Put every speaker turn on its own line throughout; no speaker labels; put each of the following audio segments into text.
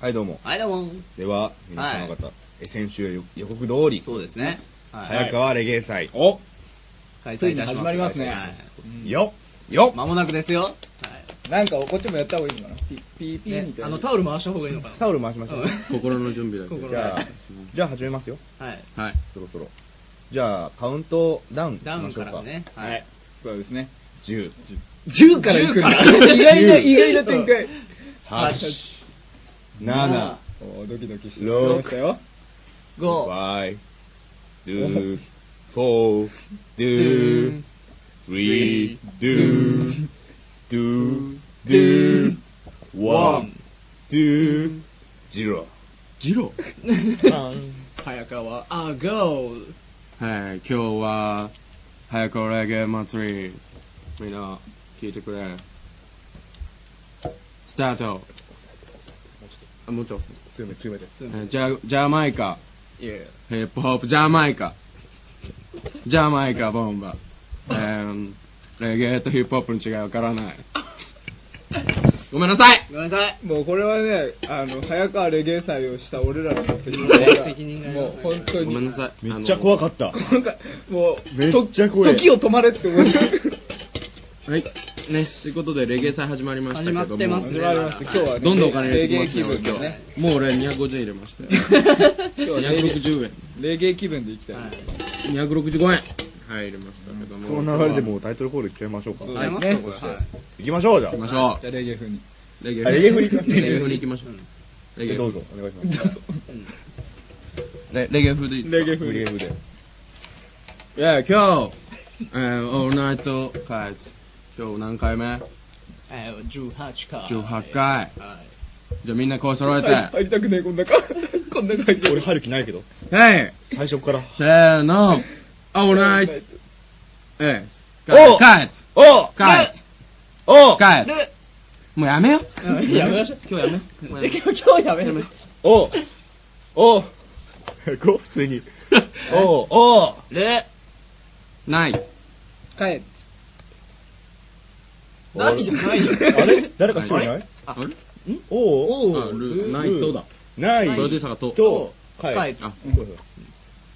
はい、どうも。
はい、どうも。
では、皆様方、え先週よ予告通り、
そうですね。は
早
い。
川レゲエ祭、
お
開催
つい
い
に
たします。
始まりますね
はい
うん
よっよっ
まもなくですよ。はい
なんかこっちもやった方がいいのかなピッピーピーみ
ね
たいな
あの、タオル回した方がいいのかな。
タオル回しましょう
心の準備だけ
心
じゃあ、じゃあ始めますよ。
うんはい。
はい
そろそろ。じゃあ、カウントダウンし
ダウ
ま
ン
しょ
か
う
ら
か。
ね。は
はいい。そうですね
10、
10からいくんだ
10から
意 外な意外な展開
8、7、
おードキドキして
六
ましたよ
5、
5、do、4、do、3、do、do、do、1、do、0。
ジロ
早川、あ、ゴー。
はい今日は早くレゲエ祭りみんな聞いてくれスタートあもっと
強め、強めで。
えジャジャマイカヒップホップジャマイカジャマイカボンバえーレゲエとヒップホップの違いわからないごめんなさい
ごめんなさい。
もうこれはねあの早川レゲエ祭をした俺らの責任
責任があ
が
りま
も
すね
う本当
ご
に
めんなさい
めっちゃ怖か
っ
った。
なんかもう
めっちゃ怖い
と時を止まれって思って
たはいねということでレゲエ祭始まりましたけども
始まってますね
始まりました今日はね
どんどんお金
レ
入れ
ゲ
て
エ
き
気
ま
分
すね
でね
俺今日もう俺250円入れました よ
今日はレゲエ
260円
レゲエ気分で行きたい、
はい
265円はい入れましたけども
この流れでもうタイトルコールいっちゃいましょうか。
そう
あります
ね
か、これ。はい
行きましょう、じゃあ。
行きましょ
じゃあレゲエ風に
うレゲ
あレゲエ振り行きます
レゲエ風に行きましょうレゲエ
どうぞ、お願いします。
うん
レレゲエ風でいいですか
レゲエ風
レゲエ風で。
いや今日えーオールナイトカイツ今日何回目
えー18回。
18回
は
じゃあみんな声揃えて
入入りたくねえこんなか こんな感 じ
俺入る気ないけど。
はい
最初から。
せーのオールナイトええ
おう
カイツ
お
カイツ
お
カイツ
で
もうやめよ
い。やめましょう。今日やめ。もうやめ今日やめ。やめ
おおこう、普通に。おお
で、
ない
帰る
ないじゃないよ。
あれ誰か聞こえない
あ
あれ
お
お
あルーナイトだ
ない
プロデューサーがと
と帰
帰る
あ
そうそう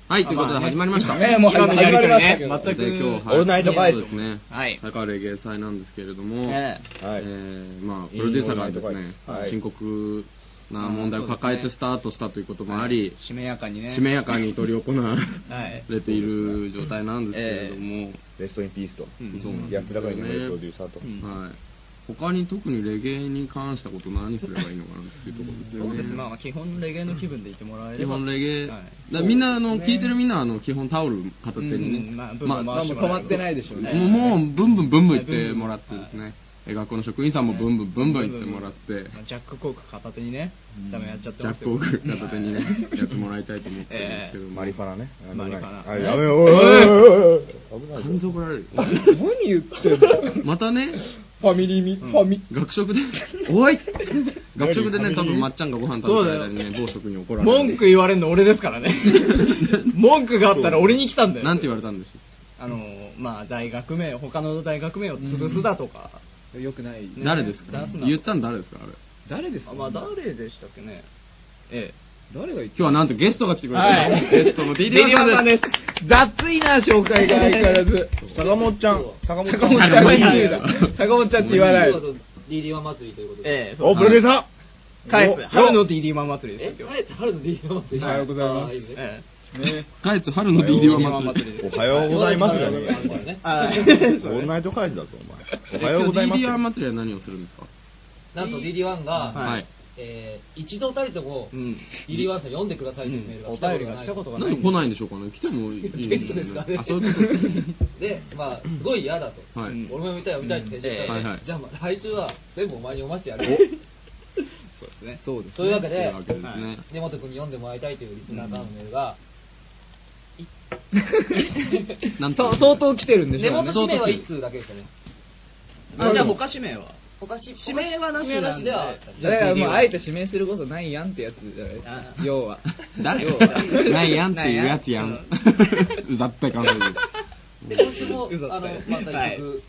はい、ということで始まりました。
ねもう始まりましたけど
で今日、
オールナイトバイト
そうですね。
はい
高原芸祭なんですけれども、
ええ
はい
えーまあプロデューサーがですね、
はい
深刻な問題を抱えてスタートしたということもあり、
しめやかにね。
しめやかに執り行わ
はい。
れている状態なんですけれども、
レストインピースと
うん
そうなんです
安
よ
ら
ね
かに眠るプロデューサーと
うん
はい。他に特にレゲエに関したこと何すればいいのかなっていうところですよね。
そうですね。まあ基本レゲエの気分でいてもらえ
基
れば。
本レゲエ、
はい
だからみんなあの、聞いてるみんなあの基本タオル片手
うん
に
うん
ね、
まあ
まあ
ブンブン
まあもう止まってないでしょうね
もうもうブンブンブンブン言ってもらってですね、え学校の職員さんもブンブンブンブン言ってもらって、
まあジャックコーク片手にね。ダメやっちゃっ
ジ
て
ャ
ま
ッ
す
ク
よ
オーク片手にね、やってもらいたいと思ってるんですけども、
マリファナねあ
マリファナ
危ないあやめようおいおいおいおいおい危ない
完全怒ら れるよ
何言ってんの
またね、
ファミリーミ、ファミ
学食で、おい 学食でね、多分まっちゃんがご飯食べてる間にね、某職に怒られる。
文句言われるの俺ですから ね。文句があったら俺に来たんだよ。
なんて言われたんでしょ、
あのまあ大学名他の大学名を潰すだとか。
よくないう
ね
誰ですか
出すな
言ったの誰ですかあれ。
誰ですか
あまあ誰でしたっけね。え
誰が言っ
今日はなんとゲストが来てくれてます、ゲスト の
え。
ディディアさんです。
す雑いな紹介が相変わらず
坂本ちゃん坂
坂本ちゃん
坂
が
本ちゃん
言うな坂本ちゃんって言わない
リーマ祭りということで。
ええ。そう
おプロデューサ
返す。春の DD マン祭りですよ。今日
え、春のリーマ祭り。
おはようございます
あーいいね
え
ね
カイツ春のビデオ祭り。
り
ーおはようございますだね
え。はい。
オールナイト開始だぞお前おはようございます
ビデオ祭りは何をするんですか
なんと DD1 が、
はい
えー一度たりとも、
うん。
DD1 さん読んでくださいというメールが
お便りが来たことが
な
なんい
で。来ないんでしょうかね来てもいいんですよね。あ、そういうこ
で、まあ、すごい嫌だと。
とはい。
うん
俺も読みたい、読みたいって先生が
うん
言っ
はいはい
て、じゃあ、まあ来週は全部お前に読ませてやる。
そうですね。
そうです
そういうわ
と
け
い
で
うわ、けですね。
根本君に読んでもらいたいというリスナーからのメールが、
なん
そ
と
う相当来てるんでし
根
ょう
本
ね。
指名は1通だけでしたね。
あじゃあ他指名は
他し
指名はなし
指名なしでは、
だからもうあえて指名することないやんってやつじゃ
あ
な
あ
い要は
誰
要は
ないやんっていうやつや ん。うざっぺ感じ。
で、今週も、あの、また一
はい
曲、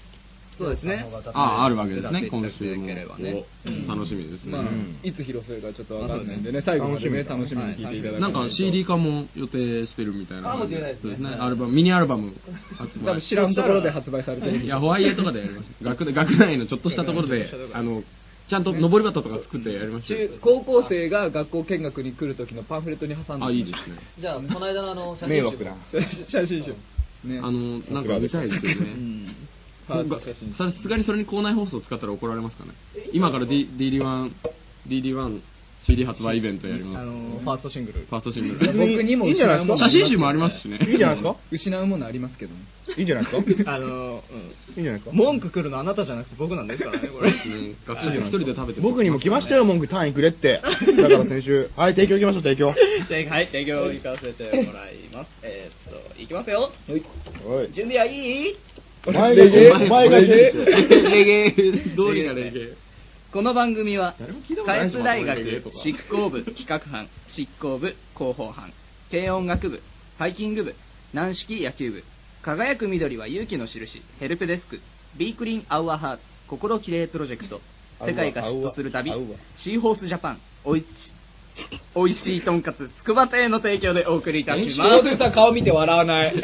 そうですね
あ
ああ、あるわけですね、
歌
今
ってい
週
ただ
も
ければね。
お楽しみですね。
まあ、
ん
いつ披露するかちょっとわかんないんでね、最後までね、楽
楽
し
し
み
み
に
だ
聞いていただければ
なんか CD 化も予定してるみたいな。
かもしれないですね
そうアルバム、ミニアルバム発
多分
売。
知らんところで発売されてる。
いや、ホワイエとかでやります。学内学内のちょっとしたところで、あの、ちゃんと上り旗とか作ってやりました
中
よ。
高校生が学校見学に来る時のパンフレットに挟んで
あ、いいですね。
じゃあこの間のあの写真集
迷惑な
写真写真集ね
あの、なんか見たいですよ
う
ね。
ん
こうが
写真集
さすがにそれに校内放送使ったら怒られますかね。今から D- DD1、DD1 CD 発売イベントやりま
あ
す。
のファーストシングル
ファーストシング
別
ル。
に
僕にも
いいんじゃないですか
写真集もありますしね。
いいんじゃないですか
失うものありますけどね
いいんじゃないですか
あの、
いいんじゃないです
う
か
ん、文句来るのあなたじゃなくて僕なんですからねこれ
うん学生一人で食べてる
僕にも来ましたよ、文句単位くれって。だから先週。はい、提供行きましょう、提供。
はい、提供行かせてもらいます。えーっと、行きますよ。
おい。
準備はいい
お前が
レゲエ
お前が
レゲエ
どうにかレゲエ。
この番組は
誰も聞いたことない
海
でしょ
津大学
レゲエとか
執行部企画班執行部広報班軽音楽部ハイキング部軟式野球部輝く緑は勇気の印ヘルプデスクビークリンアウアハート心きれいプロジェクト世界が嫉妬する旅
アウアアウ
シーホースジャパンおいちおいしいとんかつ筑波亭の提供でお送りいたします
顔見て笑わない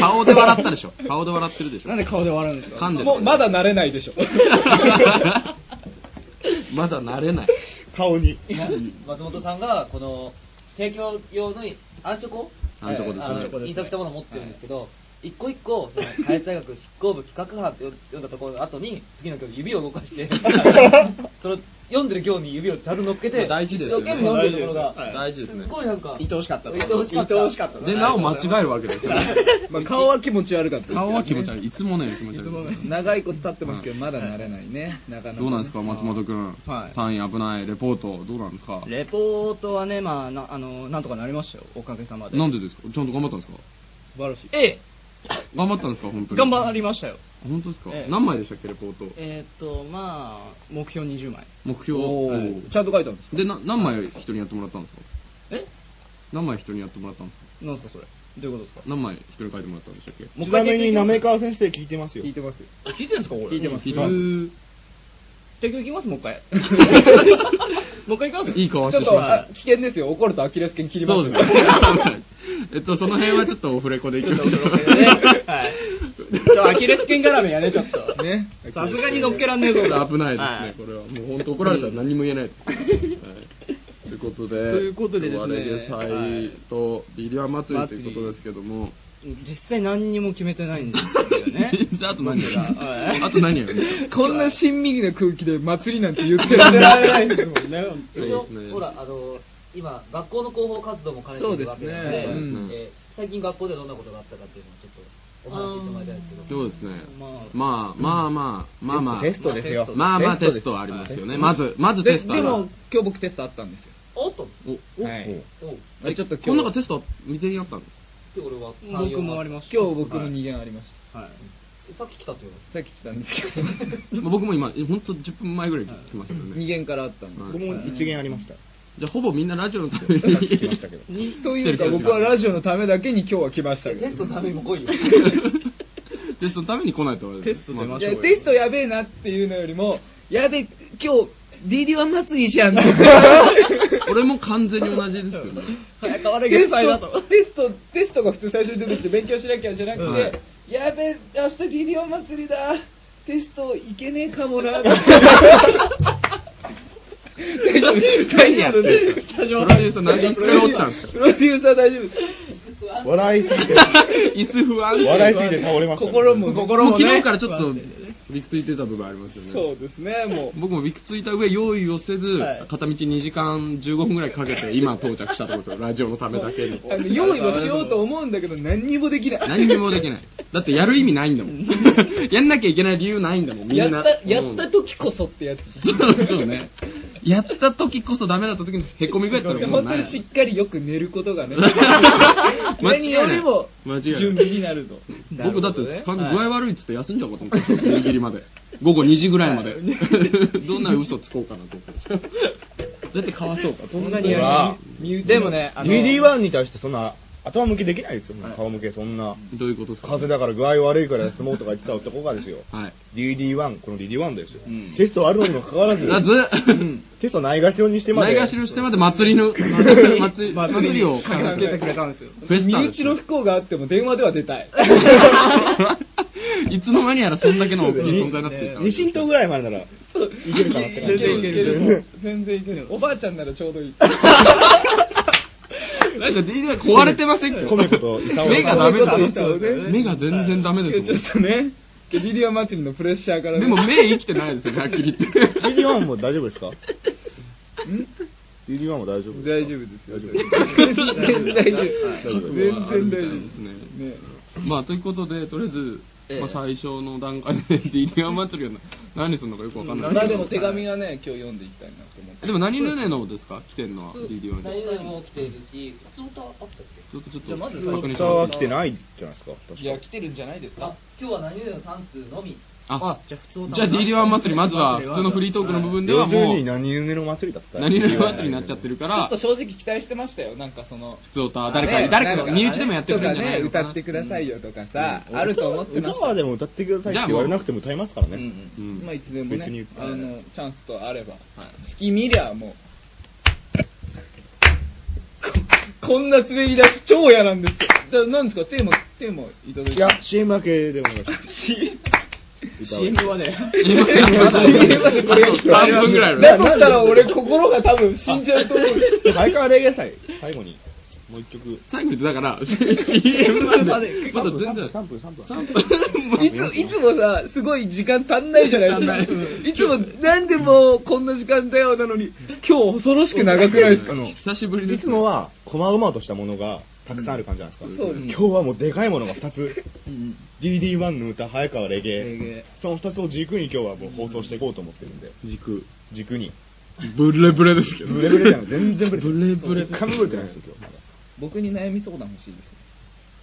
顔で笑ったでしょ。顔で笑ってるでしょ。
なんで顔で笑うんですか
噛んでる。
もうまだ慣れないでしょ
まだ慣れない。
顔に。
松本さんがこの提供用のアンチョコ
アンチョコですね
あの印刷したものを持ってるんですけど、一個一個、その開発大学執行部企画班って読んだところの後に、次の曲、指を動か して、その読んでる行に指をざる乗っけて、
大事ですよ
一生懸
ね
命読んでるところが、
大事ですね
すっごいなんか、
愛おしかった
愛おしかった。
愛おしかった
で、なお間違えるわけですよ。
まあ顔は気持ち悪かったですけどね
顔は気持ち悪い。いつもね、気持ち悪い。
長いこと経ってますけどまだ慣れないねなかなかね
どうなんですか、松本君。
はい
単位危ない、レポート、どうなんですか。
レポートはねまあなあのなんとかなりましたよおかげさまで
なんでですかちゃんと頑張ったんですか
素晴らしいえ
頑張ったんですか、本
え
当に。
頑張りましたよ
本当ですか
ええ
何枚でしたっけ、レポート。
えーっとまあ目標20枚
目標。
お
は
ー
い
ちゃんと書いたんです
で、な何枚人にやってもらったんですか
え
何枚人にやってもらったんですか
なんですかそれどういうことですか
何枚人に書いてもらったんでしたっけ
ちなみに、なめかわ先生聞いてますよ
聞。いてますよ
聞いてるんですかこれ
聞いてます
聞いて
う
提供いきますもう一回もう一回いきます
いい顔
ち
し
ょ
て
っ
しま
と
った
あ危険ですよ怒るとアキレス腱切りま
そう
す
で
よ
す えっと、その辺はちょっとオフレコでいきましょう。
はいちょっとアキレス腱絡みやねちょっと
ね
さすがに乗っけらんねえぞ
ちょっと危ないですね、
はい
これは。もう本当怒られたら何も言えないです。はいということで、と
いうことでですね
我々祭とビリワ祭りということですけども、
実際何にも決めてないんですよね
じゃああと何や
僕らはい
るあと何やる
こんな親右の空気で祭りなんて言ってられないですもんね
一応
そうですね
ほら、あの、今、学校の広報活動も兼ねてるわけなの
そうで
で、
すね
うん
えー最近学校でどんなことがあったかっていうのをちょっとお話ししてもらいたいんですけど。
そうですね。
ま
まあまあまあ、まあまあ。
テストですよ。
まあまあテスト
は。
はありますよね。まず、まずテ
で
ス
で
トある
も今日僕テストあったんですよ
おっと、
お、お、
はい
お
おう
え
ちょっと
こ
今
の
日
中テスト未然にあったの
今日俺は
あ僕もあり
ま
まし
今
た
日僕の2限ありまし
ははい
す。さっき来たって言うの
た、さっき来たんですけど
まあ僕も今、本当10分前ぐらいに来ましたよ
2
ね。
限からあったんで
はい
僕も一元ありました。
じゃあほぼみんなラジオのために
さっき来ましたけど。
すというか僕はラジオのためだけに今日は来ましたけ
えテ
ど
ストのためにも来いよ。
テストのために来ないと俺
テスト出ま
あ
し
いや
ょうよ
テストやべえなっていうのよりもやべえ今日 DD は祭りじ ゃんって
俺も完全に同じですよね。
早変われ
テ
月
ス
祭だと
トテストテストが普通最初に出てきて勉強しなきゃじゃなくて、
はい
やべえ明日 DD は祭りだテストいけねえかもな
何やってんすかプロデューサー何いつから落ちたんで すか
プロデューサー大丈夫です
笑いすぎて、
椅子不安
笑いすぎて倒れましたね。
心も心
も
も
う
ね
昨日からちょっとびくついてた部分ありますよね。
そうですねもう
僕もびくついた上用意をせず、片道2時間15分ぐらいかけて今到着したところですよ、ラジオのため だけに。
あの用意もしようと思うんだけど何にもできない
何にもできない。だってやる意味ないんだもん。やんなきゃいけない理由ないんだもん、みんな。
やったやった
と
時こそってやつ
そうそうね。やった時こそダメだった時にへこみがやったらもう
本当
ない
に。しっかりよく寝ることがね
間違
何
いない
よりも
間違いない
準備になると
僕だって完全具合悪いっつって休んじゃおうかと思ってたギリギリまで午後2時ぐらいまでどんな嘘つこうかなと思ってどうやってかわそうか
そんなにやる
僕
身内の
でもねあの
DD1 に対してそんな頭向けできないですよ、もう
はい
顔向け、そんな。
どういうことですか、
風邪だから具合悪いから休もうとか言ってた男がですよ。
はい
DD1、この DD1 ですよ
うん。
テストあるのにもかかわらず、
なず、
テストないがしろにしてま
ない
で。
がしろしてまで祭りの、祭り、祭り祭りを
駆けつけてくれたんですよ。
フェスタ
身
です
内の不幸があっても電話では出たい。
いつの間にやらそんだけの大きい存在になっていた。
二神等ぐらいまでなら、いけるかなって感じ。
全然いける。全然いける。おばあちゃんならちょうどいい。
なんか DJ 壊れてませんか
コメコとイサオ
目がダメだ
コメコとイサオね。
目が全然ダメです
ち
も
ょ
ん
っとね、リリア祭りのプレッシャーから
で
ね。
も目生きてないですよね、はっきり言って。
DD1 も大丈夫です か ?DD1 も大丈夫ですか
大丈夫ですよ
大丈夫です
全然大丈
大丈夫
夫。全
です
然大丈
です
夫。ね
まあ、ということで、とりあえず、
ええ
まあ、最初の段階で DD ン祭りが何するのかよくわかんない。
まあでも手紙はね、今日読んでいきたいなと思って。
でも何ぬねのですか来てんのは DD ン
何
で。
々も来てるし、普通歌あったっけ
ちょっとちょっ
じゃ
と
あまず
確認し
歌は
ます
来てないじゃないですか、確
い
か
や、来てるんじゃないです
あ
か。、
今日は何々の3通のみ。
あ、
じゃあ普通
じゃあ DD1 祭り、まずは普通のフリートークの部分では
要す
も
る
う
に、何夢の祭りだった
何ぬね祭りになっちゃってるか
ちょっ
ら
と、正直期待してましたよ。なんかその、
普通歌、誰か、誰かの身内でもやってくれるんじゃないの
とか
か
ね、歌
な
ってくださいよとかさ、あると思ってました
歌はでも歌ってくださいって言われなくても歌いますからね、
うんうん
うん
まあいつでもね
別に
あのチャンスとあれば、引き見りゃもうここんな滑り出し超嫌なんですけど何ですかテーマテーマいただいて
いや CM 明けでもいいし歌は
CM はね、
あと3分ぐらい
だ
の
としたら俺心が多分死んじゃうと思う
じゃあ相川レゲエ祭最後にもう一曲
最後にだから CM までまだ全然
3分3分
3
3分
分
いついつもさすごい時間足んないじゃないですかいつもなんでもうこんな時間だよなのに今日恐ろしく長くないですか
久しぶりで
い
す
つもは細々としたものがたくさんある感じじゃないですか、
そう
今日はもうでかいものが2つ DD1 の歌早川レゲエその2つを軸に今日はもう放送していこうと思ってるんで
軸
軸に
ブレブレですけど
ブレブレじゃない全然ブレてない
ブレブレ
一回もブレてないですよ今日まだ
僕に悩み相談欲しいです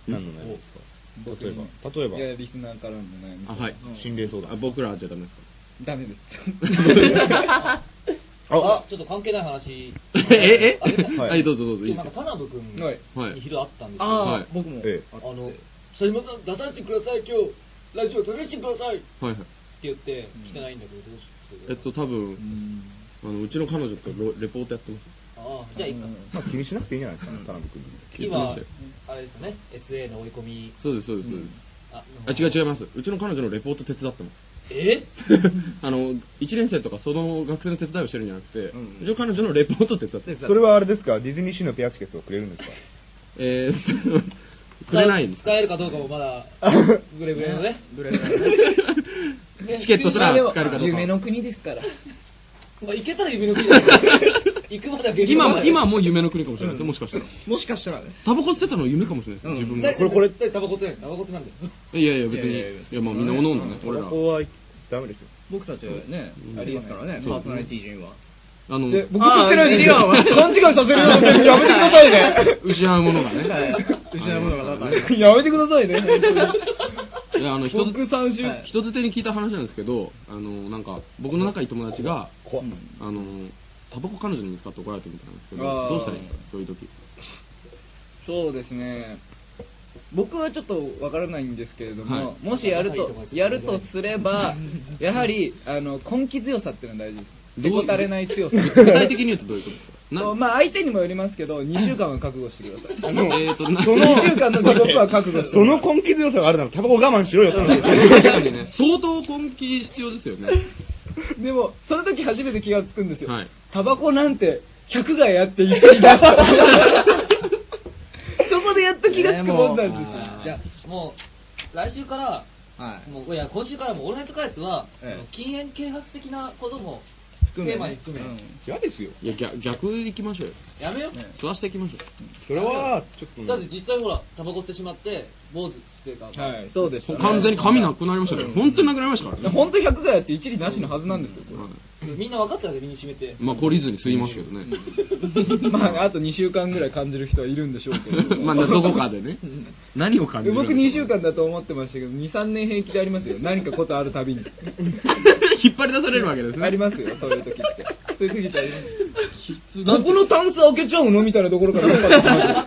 何の悩みですか
僕
例え
に
ば例えば
いやリスナーからの悩み
あはい
心霊相談
あ僕らじゃダメですか
ダメです。
あ、ちょっと関係ない話。
えええ
はい
はいどうぞどうぞ
今
いい
な
で
ん
す
か
よ
田辺君
はい
に昼あったんですよ。
あ はい
僕も。
ええ
あの、すいません、出させてください、今日。ラジオ出させてくださいって
はいはい
言って、来てないんだけど、どうして
えっと多分あのうちの彼女とロレポートやってます
ああ、じゃあいいか。
まあ気にしなくていいんじゃないですかね田辺君
聞いてま
今
したよ、
あれですよね、SA の追い込み。
そうですそうですそうです
あ
あ違う違いますうちの彼女のレポート手伝ってます
え
あの1年生とかその学生の手伝いをしてるんじゃなくて、うちの彼女のレポートを手伝ってます
それはあれですかディズニーシーのペアチケットをくれるんですか
えー、 くれないんです
使えるかどうかもま だ、グレグレのね。
ブレブレ
チケットすら使えるかどうか
夢の国ですから。
まあ、行けたら夢の国 だよ行くまでは
今も今
も。
もう夢の国かもしれないですよ、もしかしたら
もしかしたらね。
タバコ捨てたの夢かもしれないですよ、自分が
だこれ、これってタバコって、タバコってなんだよ。
いやいや別に
い
い
や
や
いやいや
まあみんなおのおのね
俺
俺ら
はダメですよ
僕たちはね、ありますからね、
そう
パー
ですね
ソナリティ陣は。
あの
で、僕としてる間に、 勘違いさせるなんてやめてくださいね。
失うものがね
失うものが多々ある
やめてくださいね。
いやあの人づ
僕三週。
はい
人づてに聞いた話なんですけどあのなんか僕の仲いい友達が
怖っ
あのタバコ彼女に見つかって怒られてるみたいなんですけど
あー
どうしたらいいんですかそういう時
そうですね。僕はちょっとわからないんですけれども、
はい
もしやるとやるとすれ ば、やはりあの根気強さっていうのは大事です。
ど
で
う
こたれない強さ。
具体的に言うとどういうことですか な
そうまあ相手にもよりますけど、2週間は覚悟してください。
あの
えー とな
その
2週間の地獄は覚悟して
その根気強さがあるならタバコ我慢しろよって話ですよ
確かにね相当根気必要ですよね
でも、その時初めて気がつくんですよ。
はい
タバコなんて、100がやって一緒に出し た。そこでやっと気がつくもんなんですよ。
あー
じゃあもう、来週から、
はい。
もういや今週からもうオールナイト開発は、
ええ
禁煙啓発的なことも
含め
テ
ね
ーマに含め、
うん
嫌ですよ
いや逆逆行きましょうよ
やめよ、
え
吸わしていきましょう
それはちょっとね
だって実際ほらタバコ吸ってしまって坊主っていうか、
はい、そうです、
完全に髪なくなりましたね。本当になくなりましたからね。
本当100がやって一理なしのはずなんですよ、これ
はい
みんな分かったらで身にしめて、
まあ、懲りずに吸いますけどね。
まあ、あと2週間ぐらい感じる人はいるんでしょうけど。
まあ、どこか でね。何を感じる
僕2週間だと思ってましたけど、2、3年平気でありますよ。何かことあるた びに。
引っ張り出されるわけですね。
ありますよ、そういう時って。そういう時ってあります。
必須だ
ここのタンス開けちゃうのみたいなところから。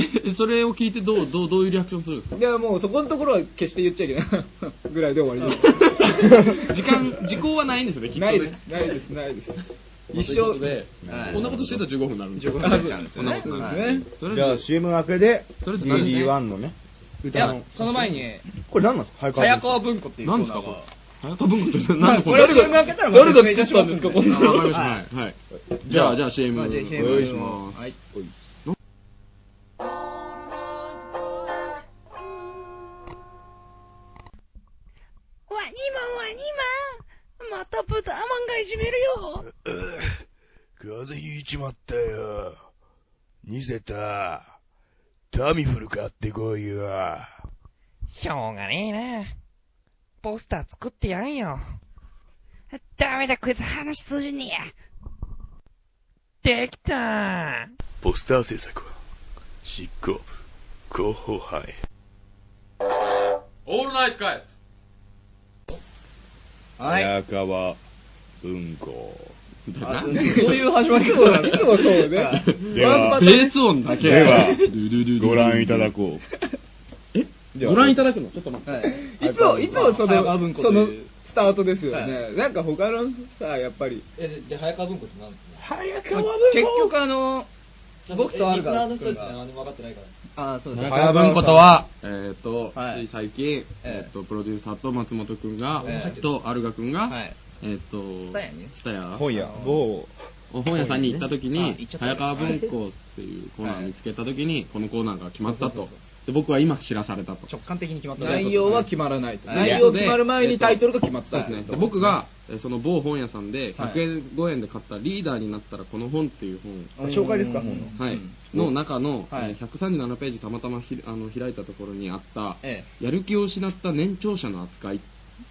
えそれを聞いてどう、どう、どういうリアクションするんですか
いやもうそこのところは決して言っちゃいけ ないぐらいで終わり です。
時間、時効はないんですよね、きっとね。
ないです、ないです、ないです。一
ということ
生
で、
はい
こんなことしてたら15分になるんです
15
よ。
分になっちゃうんですよね
そなこと
そうですね
とり
じ
あ
ゃ
え
あ
ず
CM 明けで、
とりあえず何
DD1 のね、
い
歌
や
の。、
その前に、
これ何なんですか早
早
川
川文庫っていうコ
何
ー
です
ナ
か、
ー
こ
が
れ。早川文庫
これ CM 開
って何ですか、
けたら
誰が
説明し
作ったんですかこんな
あわかりました。
は
はいい。はいじゃあ、じゃあ CM。
まあじゃあ CM
お願いします。
はい
文庫。
ワニマンワニマンまた豚マンがいじめるよ
風邪ひいちまったよ。ニセタ、タミフル買ってこいよ。
しょうがねえな。ポスター作ってやんよ。ダメだ、こいつ話通じねえ。できた
ポスター制作は、執行部、広報班へ。
オールナイトカイ
はい。
早川文庫。
あ
そういう始まり方なんですいつもそうね。
では
ベ、ース音だけ。
で は
ドゥドゥドゥドゥ
ご覧いただこう。
ご覧いた
だ
だくのちょっと待って。
いつも、いつもそ
早川文
の、
庫
そ
と
の
いう
スタートですよね。なんか他のさ、やっぱり。
え、でで、早川文庫って何ですか
まあ結局あの、僕とアル
リスナーの人た
カ君
ちって
が、
何も分かってないから。
あ、そうです
早
ね。
川文庫とは、えっと
はい、
最近、
ええ
えっと、プロデューサーと松本くんが
え、え
と、アルガくん
は
が
い、
えっと、
ツタヤに
ツタヤ
本屋、某、
お本屋さんに行った時
あ
に、
行っちゃった
早川文庫っていうコーナーを見つけた時に、このコーナーが決まったと。で、僕は今知らされたと。
直感的に決まった。
内容は決まらないと。
はい
内容決まる前にタイトルが決まった。
そうですね。で僕が、えーその某本屋さんで、100円5円で買ったリーダーになったらこの本っていう本、
紹介ですか、本の。
はい
うん、
の中の、
はい
えー137ページたまたまひあの開いたところにあった、
え
やる気を失った年長者の扱い。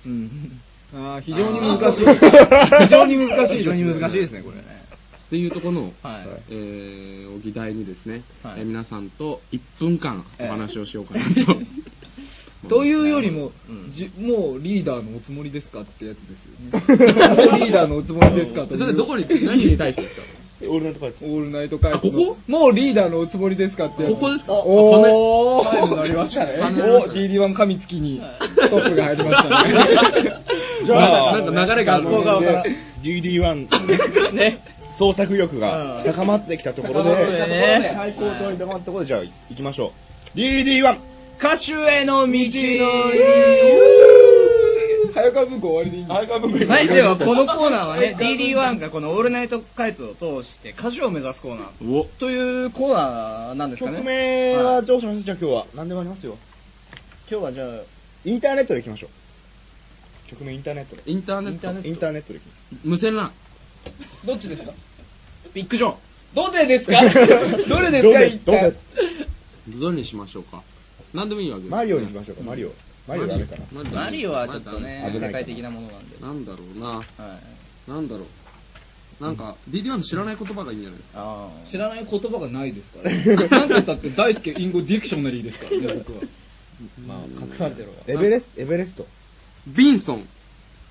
うん。
あー非常に難 しい。非常に難しい。
非常に難しいですね、これね。
っていうところの、
はい
えーお議題にですね、
はい
えー皆さんと1分間お話をしようかなと。
というよりも、
うん
じもうリーダーのおつもりですかってやつです よね。もうリーダーのおつもりですかとい
そ
う
れどこに、何に対してですか
え俺のとこやつ
オールナイト会
あここ
もうリーダーのおつもりですかってやつ。
ここですか
おお
あ金
なりましたね。
金鳴りました
お
ね
DD1 噛みつきにストップが入りましたね。
じゃあ、
なんか流れがある
学校側から DD1 ね、創作意欲が高まってきたところで、最高潮に高まったところで、じゃあ行きましょう。DD1、
歌手への道のり
早川文庫終わりでいいんですか
はい、ではこのコーナーはね、DD1 がこのオールナイト開通を通して歌手を目指すコーナー
お
というコーナーなんですかね。
曲名はいどうしますじゃあ今日は。何でもありますよ。
今日はじゃあ、
インターネットで行きましょう。曲名インターネットで。
インターネット
インターネットで行きまし
無線 LAN
どっちですか
ビッグジョン。
どれです かどれですか一
どれ
体
ど
どれにしましょうか何でもいいわ
ょ
けで
う。
す
マリオにしましょうか、マリオ。マリオダメかな。
マリオ
マリオはちょっとね、世
危ないから
界的なものなんで。
なんだろうな
はい。
なんだろうなんか DD1 の知らない言葉がいいんじゃないですか
あー
知らない言葉がないです からね。なんて言ったって大輔インゴディクショナリーですからね、僕は。
まあ
隠されてるわ。
エベレスト、エベレスト。
ビンソン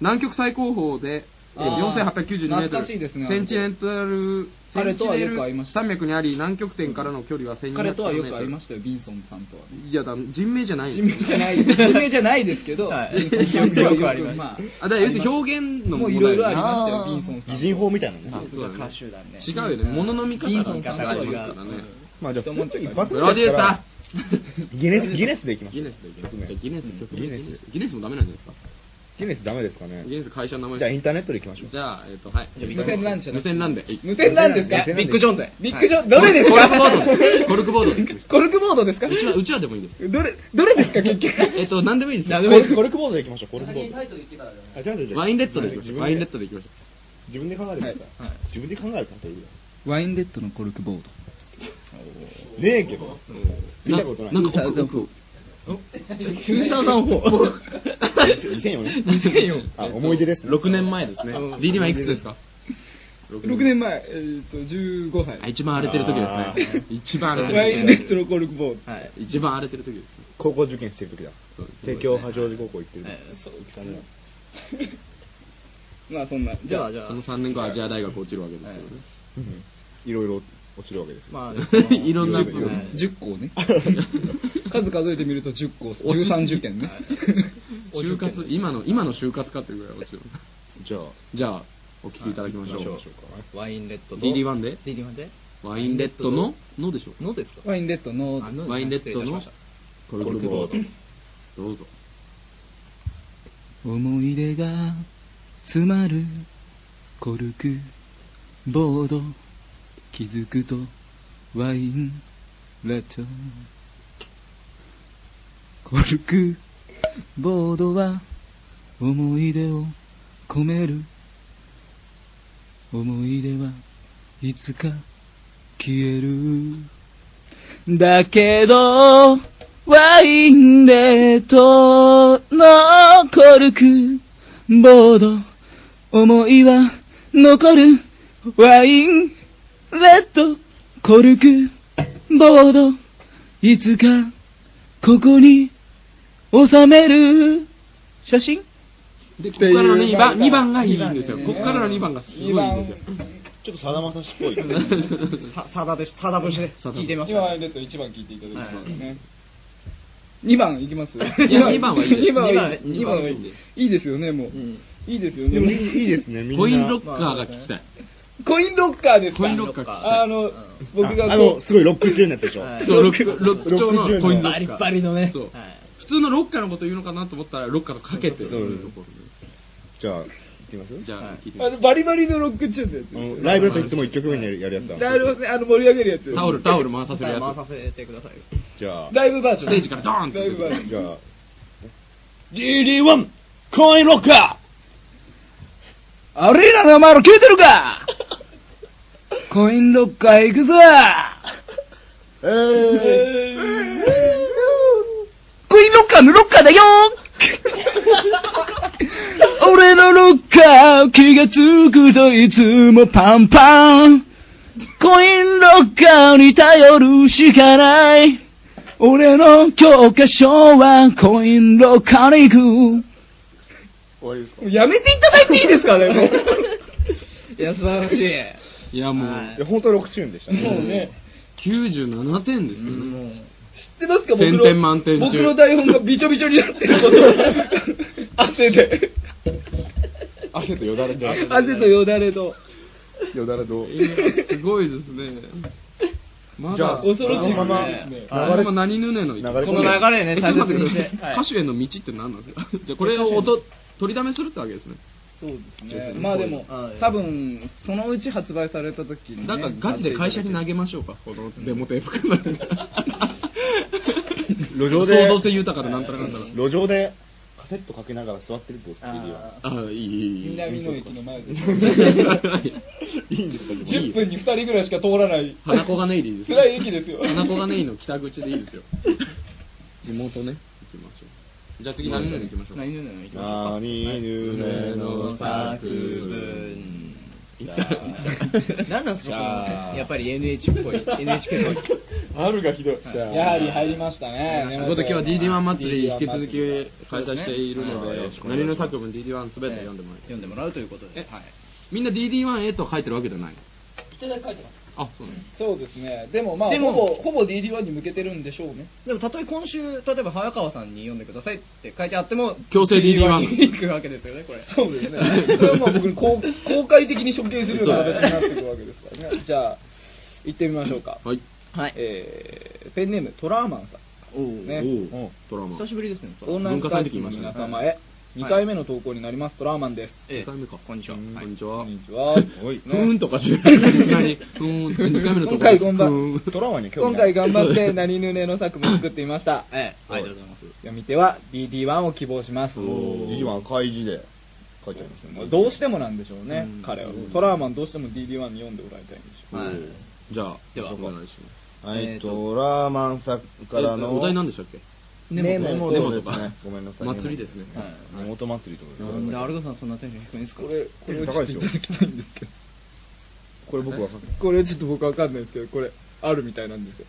南極最高峰でえー
あー
4892メー
懐
ト
かしいですね
ルセンチネルセ
彼
ンチ
とは
ネ
よく会い
ル
ました
山脈にあり南極点からの距離は1200
彼とはよく会いま
し
したよ、ビンソンさんとは。
たいやだ人名じゃない
人名じゃない、人名じゃないですけど、
はい
ビンソンさんとは
よくあります
よく
あだから要するに表現の
もうい
問
ろい
題
ろ
だ
ありま
よね
したよ、
あー
ビンソンさんとは。
擬人法みたいなね。
あそうだね
歌手だね
違うよね物の見方が違いますから
違う
ね
まあじゃあ、本当に一
プ
発目
ロデュー
だ
サ
か
ー
らギネス、ギネスで行きまし
ギ
ょ
ネ
う
スでいけ
曲名
るギネス曲名
ギネス
ギネスもダメなんじゃないです
ギネスダメですかね
か。ギネス会社の名前
じゃあインターネットで行きましょう。
じゃあえっとはい
無線なんじゃな
無
くて
線なんで
無線なんですか
ビッグジョンで。
ビッグジョン、どれです
コルクボ
か
ードコルクボードです
コルクボードですか
うちはうちはでもいい です
どれ、どれですか、結 局。
えっと何でもいいです
コルコルクボードで行きましょう、コルク
先
ボ
に
ード。
タイトル言ってからだよね。
あ、違う違う違う
ワインレッドでいきましょうワインレッドでいきましょ
自分で考えてください。
はい
自分で考えるかという
ワインレッドのコルクボード。
ねえけど。
う
見たことない。
んか奥奥
2004年。
2004
あ、思い出ですね。
6年前ですね DD はいくつですか
6年前、えーと、15歳。
あ一番荒れてる時ですね一番荒
ワイ
れ
ン
て
レ
る
ッドのコルクボード。
時一番荒れてる時ですね
高校受験してる時だ。
そうです
帝京八王子高校行ってる時。
まあ、そんな。
じゃあ、じゃあ
そ、の3年後アジア大学落ちるわけですけどね
うんいろいろ落ちるわけですよ。
まあ、いろんな
10
ことね
10個ね 数数えてみると10個1310件ね
就活、今の、今の就活かっていうぐらい落ちる。
じゃあ、
じゃあ、お聞きいただきましょ
行き
う
ましょ。うかね
ワインレッドと
DD1 で
DD1 で
ワインレッドの、のでしょうか
のですか
ワインレッドの
あの
ワインレッドの
失礼いたしまし
コルクボード。どうぞ。
思い出が詰まるコルクボード気づくとワインレッドコルクボードは思い出を込める思い出はいつか消えるだけどワインレッドのコルクボード思いは残るワインレッドコルクボードいつかここに収める写真
で、ここからの2番、二番がいいんですよ。ここからの2番がすごいんですよ。
ちょっとさだまさしっぽ い。
たさだでしただ節で
さだ節
聞いてみまし
今
ょ
ワイン
う
レッド1番聞いていただきますね。
2番いきます
いや二番はいいです
2番はいい
二
2番
番は
はい
い
いいいですよねもう、いいですよね
でもいいいいですね、みんな。
コインロッカーが聞きたい。
コインロッカーですか
コインロッカー聞きた
あ
い。
の、僕が
ああ
こ
の、すごいロック中のやつでしょ。
はい
そうロックロック調のコインロッカー。
バリ
バリのね
そう
はい
普通のロッカーのこと言うのかなと思ったら、ロッカーとかけてるところ
じゃあ、行ってみます
で。じゃあ、聞いてみ
う
ま
あ
す
のバリバリのロックチューンのやつ
あのライブだといつも1曲目にやるやるやつだ。
なるほどねあの盛り上げるやつ
タオル、タオル回させ
答
る
え
や
回
つ。
させてください
じゃあ、
ライブバージョン
ステージからドーンって
ライブバージョン
じゃあ、DD1 コインロッカ
アリーナのお前ら聞いてる かコインロッカー行くぞ
ーえ
コインロッカーのロッカーだよ俺のロッカー気がつくといつもパンパンコインロッカーに頼るしかない俺の教科書はコインロッカーに行くやめていただいていいですかねも
いや素晴らしい
いや、もう、
ーいや、本当ロックチューンでしたね。
うね
97点ですよね。
知ってますか僕
点
の
々満点中
僕の台本がびちょびちょになってる こと汗で
汗とよだれで。
汗とよだれと
よだれど。
えーすごいですね。ま
じゃあ
だ、
恐ろしい
このまま
ですね
あれも何ぬねの
流れ込んで
れね
えちょっと待ってくだ
大切にし
さ
てはい
い。歌手への道って何なんですか じゃあこれを音、取りだめするってわけですね。
そうですねまあでも
はい
多分そのうち発売された時にね
なんかガチで会社に投げましょうか、このデモテープから。
路上で
創造性豊かでなんたらかんたら。
路上でカセットかけながら座ってるってこと、DD は。
ああ、いい、いい。いい
南の駅の前で
いいんですかね
10分に2人ぐらいしか通らない
花子がねいでいいですよ
辛い駅ですよ
花子がねいの北口でいいですよ。 地元ね、行きましょう。じゃあ次何ぬね行きましょう。
何ぬねの行きましょうか
何ぬねの作文。
い や
何なんです
じ
か
ゃあ
このやっぱり NH っぽい NHK っぽい
春がひどい。じゃあ
やはり入りましたね
ということで今日は DD1 祭り引き続き開催しているの
そう
で
です、ね
何の作文 DD1 すべて読んでもらいた
読ん
い。
でもらうということで
え
はい
みんな DD1A と書いてるわけじゃない
一台書いてます
あ、そうね。
そうですねでもまあ
でも
ほぼほぼ DD1 に向けてるんでしょうね
でもたとえ今週例えば早川さんに読んでくださいって書いてあっても
強制 DD1
に行くわけですよねこれ
そうですね。それはもう僕に公公開的に処刑するような形になっていくわけですから ね。じゃあ、行ってみましょうか。
はい。
はい
えーペンネーム、トラーマンさん。
おお
ね
おお、ドラマ。
久しぶりですね
オンライン会議の皆様へ、2回目の投稿になります、トラーマンです。
ええ
二回目か
こんにちは
こ
はい
んにちは。
こんにちは。
おい
ふーんとかしない。ふーんって二回目のとこ
今回頑張
ふーん
ドラマに興
今
味な
回
い。
頑張って、何ぬねの作も作ってみま した。
ええありがとうございます
読み手は DD1 を希望します。
いいわ、開示で書いてありますね。
どうしてもなんでしょうね
うん、
彼は。トラーマンどうしても DD1 に読んでもらいたいんでしょう。
はい
じゃあ、
では
お願いします。
はい、ドラマンさんから
え
の。
お題何でしたっけ
ネモ
モ
ネ
そ
モ
う
と
で
か
すね。ごめんなさい。
祭りですね
はい根本祭りとかです
なんでアルゴさんそんなテンション低いんですか
これ、これをちょ
高
っ
い
と
で
い
したょ
だきたいんですけど。
これ僕は
これちょっと僕わかんないですけど、これ、あるみたいなんですよ。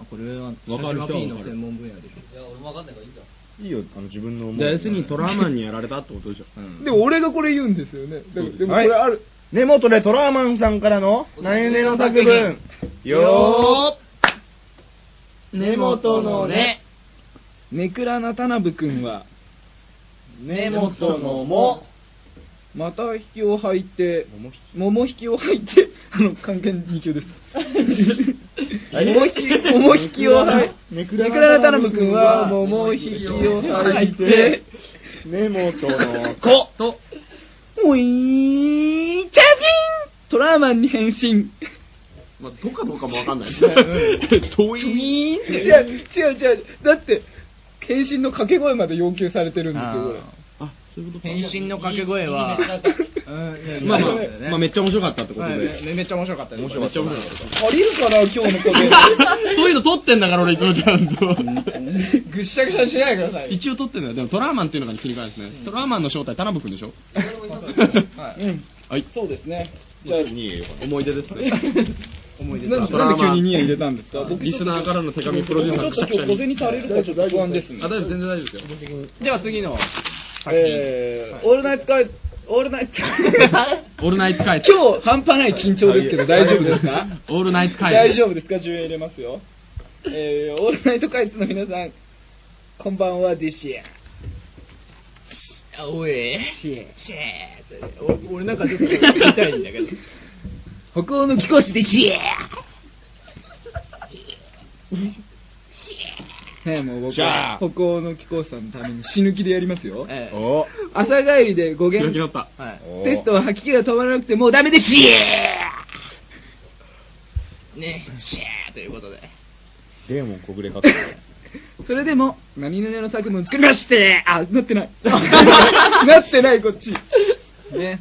あこれは
わかる
マピーの専門分野でし
いや俺もわかんないからいいじゃん
いいよ、あの自分の思う
じゃあ、要するにトラーマンにやられたってことでしょ。
ょうん
でも俺がこれ言うんですよね。でも、でもこ
はい
れある。
根本でトラーマンさんからの何々の作文。よ
根元のね
ネクラな田辺くんは、
根元のも
また引きを履いて、桃引きを履いて、あの、関係2級です。桃引き、桃引きを履いて、
ネ
ネ
ク
ク
ラ
ラな田辺くんは、桃引きを履いて、
ー根元の子
と
ウィーン、チャピントラーマンに変身。
まあ、どかど うかもわかんないです
うん
ね。遠
ウ
い。
ィーンって。違う違う違う。だって、変身の掛け声まで要求されてるんですよ、これ。
あ、そういうことか
変身の掛け声は、うん
まあまあ
そうだよね、
まあめっちゃ面白かったってこと
はい
で。
めめっちゃ面白かったです。
面白かった
こ
借りるかな、今日のこと。
そういうの撮ってんだから俺いつもちゃんと。
れぐっしゃぐしゃにしないでください。
一応撮ってんだよ。でもトラーマンっていうのが切り替えですね。トラーマンの正体、田辺くんでしょ
はい
うん。
はい。
そうですね。
じゃあ2位よ
思い出ですね。
思い出
なんで
トラ
な
ーマ
ん
ン
で急にニヤ入れたんですか僕
リスナーからの手紙プロデュー
僕
サ
ち
ー
ょ
の
っと今日
くしゃくしゃ
小
に
銭足りるかちょっと不安ですね
あ、大丈夫、全然大丈夫ですよ。
では次の、
えー、オールナイトカイオールナイト
オールナイト会。
今日半端ない緊張ですけど大丈夫ですか
オールナイト会。
大丈夫ですか10円入れますよえー、オールナイトカイツの皆さんこんばんはディシエ
あおえ
シエ
シェーってお俺なんかちょっと言いたいんだけど。
北欧の貴公子でシエねえもう僕は北欧の貴公子さんのために死ぬ気でやりますよ
ええ
お
朝帰りで語
開
源
き直った。
はい。
テ
テストは吐き気が止まらなくてもうダメですシエ
ね、シェーということで。
デーモン小暮かった
それでも、何々の作文を作りましてあ、なってない。 なってない、こっち。ね。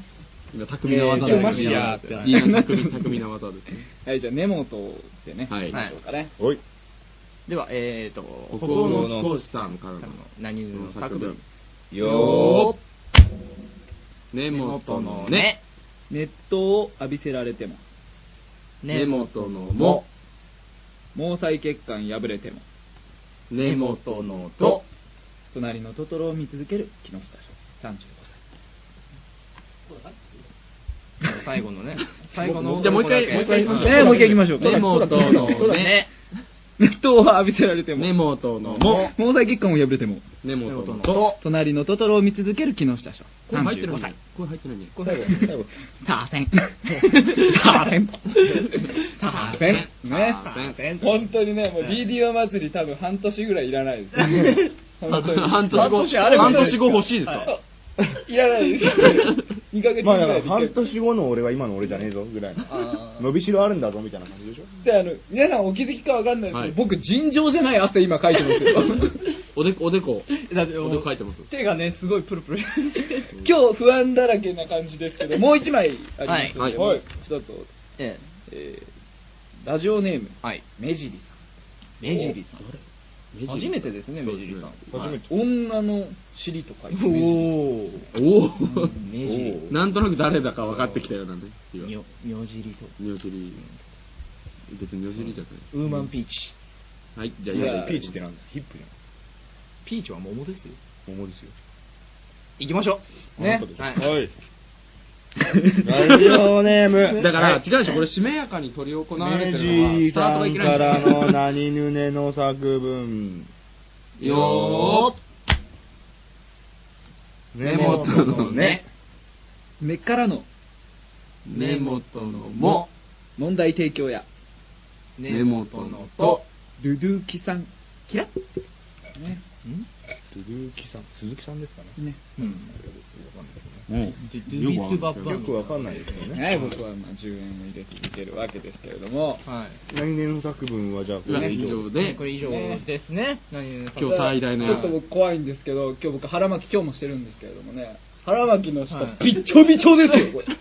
今、匠の技で
えーマジやーって
いいな、匠匠の技ですね。
はい、じゃあ、根本でね。
はい
行きましょうかね。
おい
では、えーと、
北欧の飛行士さんからの
何々の作文。
よ
根元のね、
熱湯を浴びせられても、
根元のも、
毛細血管破れても、
根元のと、
隣のトトロを見続ける木下翔、35
最後のね、最後の。
じゃあもう一回
こ
もう
こ
一回
だけ
行きましょう
歳。ねもう一回行きましょう。
根元のね、
熱湯を浴びせられても、
根元のも、
毛細血管を破れても、
根元のと、
隣のトトロを見続ける木下翔、
これ入ってる
35
の
歳
に。これ入ってるのに。
最後最後
ターセン。ターセン。ターセン。ね
ターセ。
本当にね、もう DD は祭り多分半年ぐらいいらないですね。本当に
半年後、
あれば
半年後欲しいですか
いらないです。2ヶ月ぐ
まあだから
い
ら
で
半年後の俺は今の俺じゃねえぞぐらいの伸びしろあるんだぞみたいな感じでしょ
であの皆さんお気づきかわかんないです
は
け
い
ど、僕尋常じゃない汗今かいてますよ。
おでこ、お でこ、
だって
おでこ書いてます。
手がね、すごいプルプル。
今日不安だらけな感じですけど、もう一枚ありますの
はい
で、
はい
もう一つを、
ええ
えーラジオネーム、
はい
目尻さん。
目尻さん。初めてですね
目
目
尻
尻さん
はい
初めて
女の尻と書いて目尻
お
お
お
お。
目尻。
なんとなく誰だか分かってきたようなんで。今
みょ妙尻と。
ニョチリ。別にニョチリじゃない。
ウーマンピーチ。
はい、じゃあ、
い
い
や
や
ピーチってなんですかヒップじゃ
ピーチは桃ですよ。
ん桃ですよ
行きましょう。
あな
ね
たで。しょ
はい
はいラジオネーム
だから、違うでしょ、これ、しめやかに取り行われ
明
てるのは、
治
スタート
さ
がい
ん
け
か
な
ら
いんだ
の何ぬねの作文
よ
根元のね
目からの
ー、根元のも、
問題提供や
根元のと、
ドゥドゥキさんキラッね
鈴木さん鈴木さんですかね
ね
うんよくわかんない
よくわかんないですよね
はい僕はまあ10円を入れていてるわけですけれども
はい。
何年の作文はじゃあこ
が
れ以
以
上
上で
こ、れ以上ですね。何々さん
今日最大の
ちょっと僕怖いんですけど今日僕腹巻き今日もしてるんですけれどもね腹巻きの下
はい
びっちょびちょですよこれ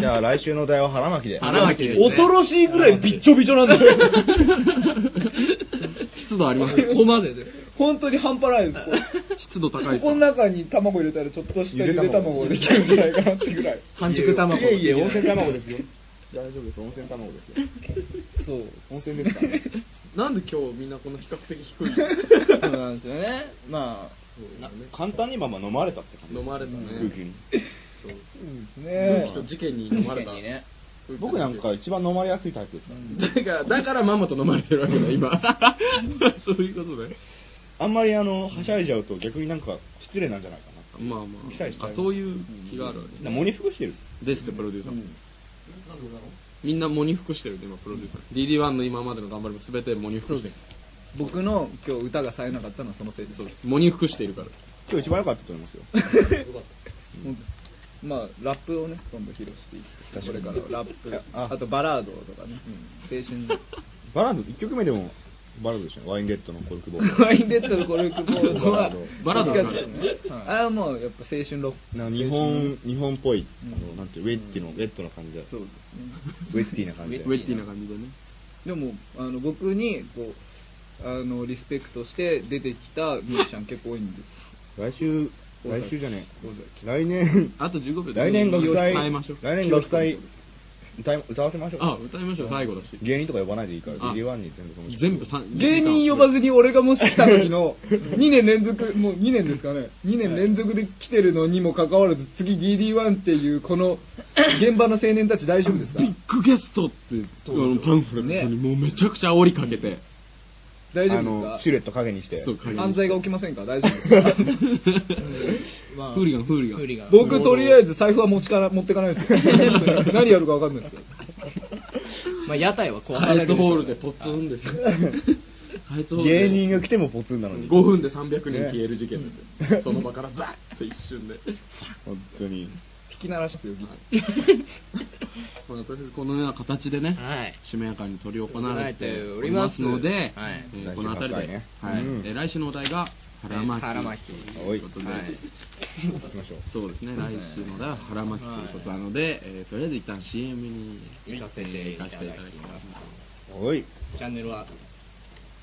じゃあ来週の題は腹巻きで
腹巻きですね
恐ろしいぐらいびっちょびちょなんです よ
湿度あります
ここまでです。
本当に半端ないですこれ
湿度高い
こ
です
この中に卵入れたらちょっとしたゆで卵ができるんじゃないかなってぐらい
半熟卵。
いえいえ温泉卵ですよ大丈夫です温泉卵ですよ
そう
温泉ですからね
なんで今日みんなこの比較的低い
そうなんですよね。まあ。
簡単にまあまあ飲まれたって感じ
飲まれたね
空気に
です
空
ね
気と事件に飲まれ
確
た
かにね
僕なんか一番飲まれやすいタイプですから
だから、だからママと飲まれてるわけだ、今。そういうことだよ。
あんまりあの、はしゃいじゃうと逆になんか失礼なんじゃないかな。
まあま
期待しちゃ
あ、
う
あそういう気があるわ
な
けね。
喪に服してる。
ですって、プロデューサー。みんな喪に服してるで、今、プロデューサー。DD1 の今までの頑張りも全て喪に服してる。
僕の今日歌が冴えなかったのはそのせいです
そうです。喪に服しているから。
今日一番良かったと思いますよ。
うんまあラップをね今度披露していくこれからはラップあ
あ
とバラードとかね、青
バラード、1曲目でもバラードでしたね。ワインゲットのコルクボー
春のワ
ル。
インデッドのコルクボールは
バラ
どっ
ード
ちかっていうとね
バラード
あれはもうやっぱ青春ロック
な日本、日本っぽい、
うん
あのなんていうウェッティの、ウェットな感じで。
そうです
ウェッティな感じ
ウ
で。
ェッティな感じでね。
ねでもあの僕にこうあのリスペクトして出てきたミュージシャン結構多いんで
来
す
週、
大
来
崎
週じゃね
大
え。来年、
あと15秒
来年学祭、
歌いましょう。
来年学祭、歌い歌わせましょう。
あ、歌いましょう、最後だし。
芸人とか呼ばないでいいから、
あ
DD1 に全部その
全部三
芸人呼ばずに俺がもし来た時の2年連続もう2年ですかね2年連続で来てるのにもかかわらず次 DD1 っていうこの現場の青年たち大丈夫ですか
ビッグゲストって、あのパンフレットにもうめちゃくちゃ煽りかけて、
大丈
あ
夫
の、
で
シ
す
ルエット影にして。
そう、
か
鍵に
犯罪が起きませんか大丈夫で すか
フーリガン、フーリガン。
僕とりあえず財布は持ちから持ってかないですよ 何やるか分かんないですけど
まあ屋台は怖
ハイトホールでポツンです。ハイトホール
芸
で
人が来てもポツンなのに。
5分で300人消える事件ですよ。その場からザッと一瞬で。
本当に。
引き鳴らしてよ
まあとりあえずこのような形でね、
はい
しめやかに取り行われておりますので、
はい
えーこの辺りで、はい
うん
えー来週のお題が腹巻き
腹巻き
ということで、
はい
行きましょう。
そうですね、来週のお題は腹巻きということなので、えーとりあえず一旦 CM に
行かせていただきます
行かせていただきま
おい。
チャンネルは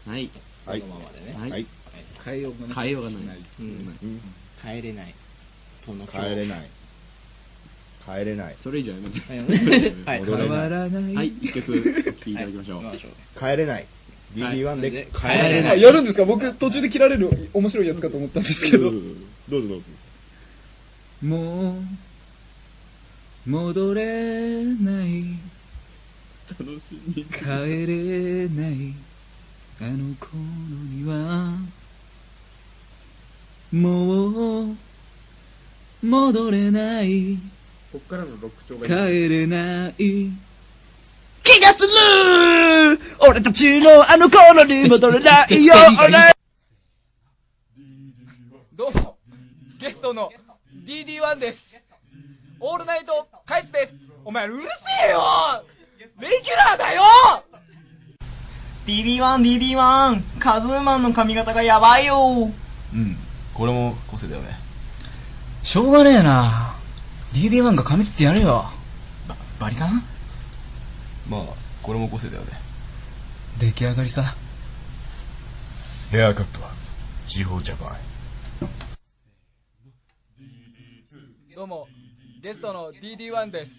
すはい、
はい。
そのままでね
はい。
はい
変えようかな
変えようがない。
うん
うん
帰れないその
帰れない。帰れない。
それ以上やめて。
はい
戻れない
はい、一曲お聴きいただきましょう。
帰れない。
はい
DD1 で帰
帰
れ
れ
な。
ないい
やるんですか僕途中で切られる面白いやつかと思ったんですけ
ど
ど
うぞどうぞどうぞ。
もう戻れない
楽しみ。
帰れないあの頃にはもう戻れない
こっからのロック調
帰
いいね
れない
気がする俺たちのあの頃に戻れない よ俺
どうも、ゲストの DD1 です。オールナイトカイツです。お前、うるせえよレギュラーだよ
DD1DD1 カズーマンの髪型がやばいよ
うん、これも個性だよね。
しょうがねえな DD1 が髪切ってやるよババリカン
まあ、これも個性だよね。
出来上がりさ
ヘアカットは地方ジャパン。
どうも、ゲストの DD1 です。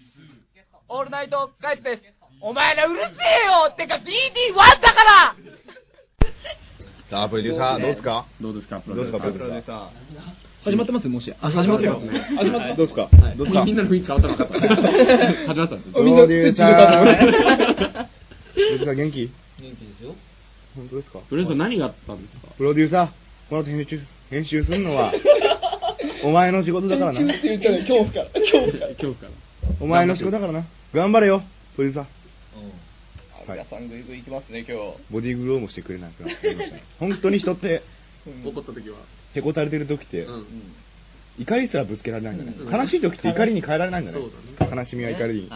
オールナイトカイツです。お前らうるせえよってか DD1 だから
さあ、プロデューサー、どうですか
どうですか、
どうですか、プロデューサー。
始まってますもしあ
始まってますね。始まって、どうですかどうですか
みんなの雰囲気変わったのかった。始まったんです
プ
よ。
ロデューサー。プロデューサー元気
元気ですよ
本当ですか
とりあえず何があったんですか
プロデューサー、この後編集、編集する のは、お前の仕事だから な。
今日から。
お前の仕事だからな。頑張れよ、プロデューサー。はい、
さんグイグイ行きますね今日
ボディーグローもしてくれなくなってきま したね。本当に人って、
怒った時は。
へこたれてる時って、
うん。
怒りすらぶつけられないんだね、
うん
悲しい時って怒りに変えられないんだね
そうだ
悲しみや怒りに、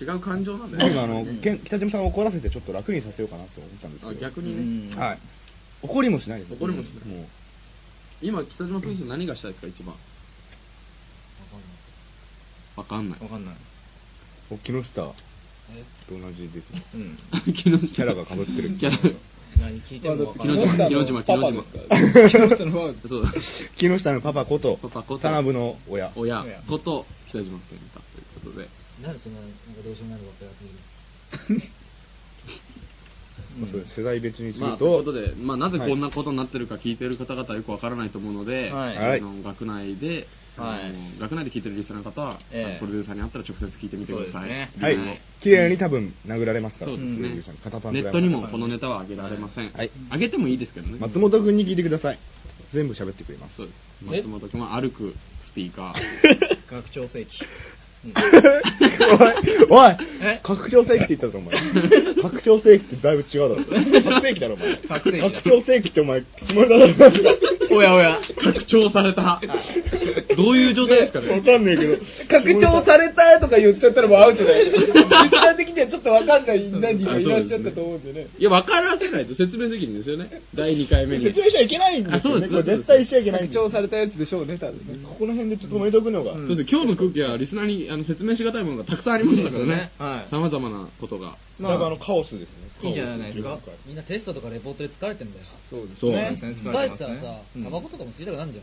違う感情なんだ
僕
よね。
もあの、けん北島さんを怒らせてちょっと楽にさせようかなと思ったんですけ
あ
ど
逆にね。
はい怒りもしないです
怒りもしない
もう
今、北島プリンス何がしたいですか、一番。わかんない。
わかんない
お木下と同じですね
うん
キャ
キャラが被ってる
キャラ。
何聞いてもわかんない
木下のパパですかそう。
木下のパパこと
パパこと
田辺の親
親こと北島健太ということで。
なんでそんななんかどうしようもないことやってる
まあそうです世代別にす
ま
る、
あ、ということとで、まあ、なぜこんなことになってるか聞いてる方々はよくわからないと思うので、
はい
あの学内で、
はい
あの学内で聞いてるリスナーの方は、
ええ
プロデューサーに会ったら直接聞いてみてください。
はい
はい
綺麗に多分殴られますから
そうですね、
肩パン
ネ
ぐ
ッ
らいまで
トにもこのネタは上げられません。上げてもいいですけどね。
松本君に聞いてください全部喋ってくれ ます
そうです。松本君は歩くスピーカー。
学長正規。
おい拡張正規って言ったぞお前 拡張正規ってだいぶ違うだろ拡正規だろお前拡張正規ってお前下ネタだろ
おやおや、拡張された。どういう状態ですかね。
わかんないけど
拡張されたとか言っちゃったらもうアウトだよ。実際的にはちょっとわかんない何人かいらっしゃったと思うんでね。
いや、分からせないと説明責任ですよね。第2回目に。
説明しちゃいけないんですよねこれ絶対しちゃいけないん
拡
ですよ
張されたやつでしょうね、多分ね。
ここの辺でちょっと止めとくのが、
そうですね今日の空気はリスナーにあの説明しがたいものがたくさんありましたからね
はい、
さまざまなことが、
まあ、だからあのカオスですね
いいんじゃないですか。
みんなテストとかレポートで疲れてんだよ。
そうです
そう
ね。
そうですね
疲れてたらさ
う、ん
タバコとかも吸いたくなんじゃ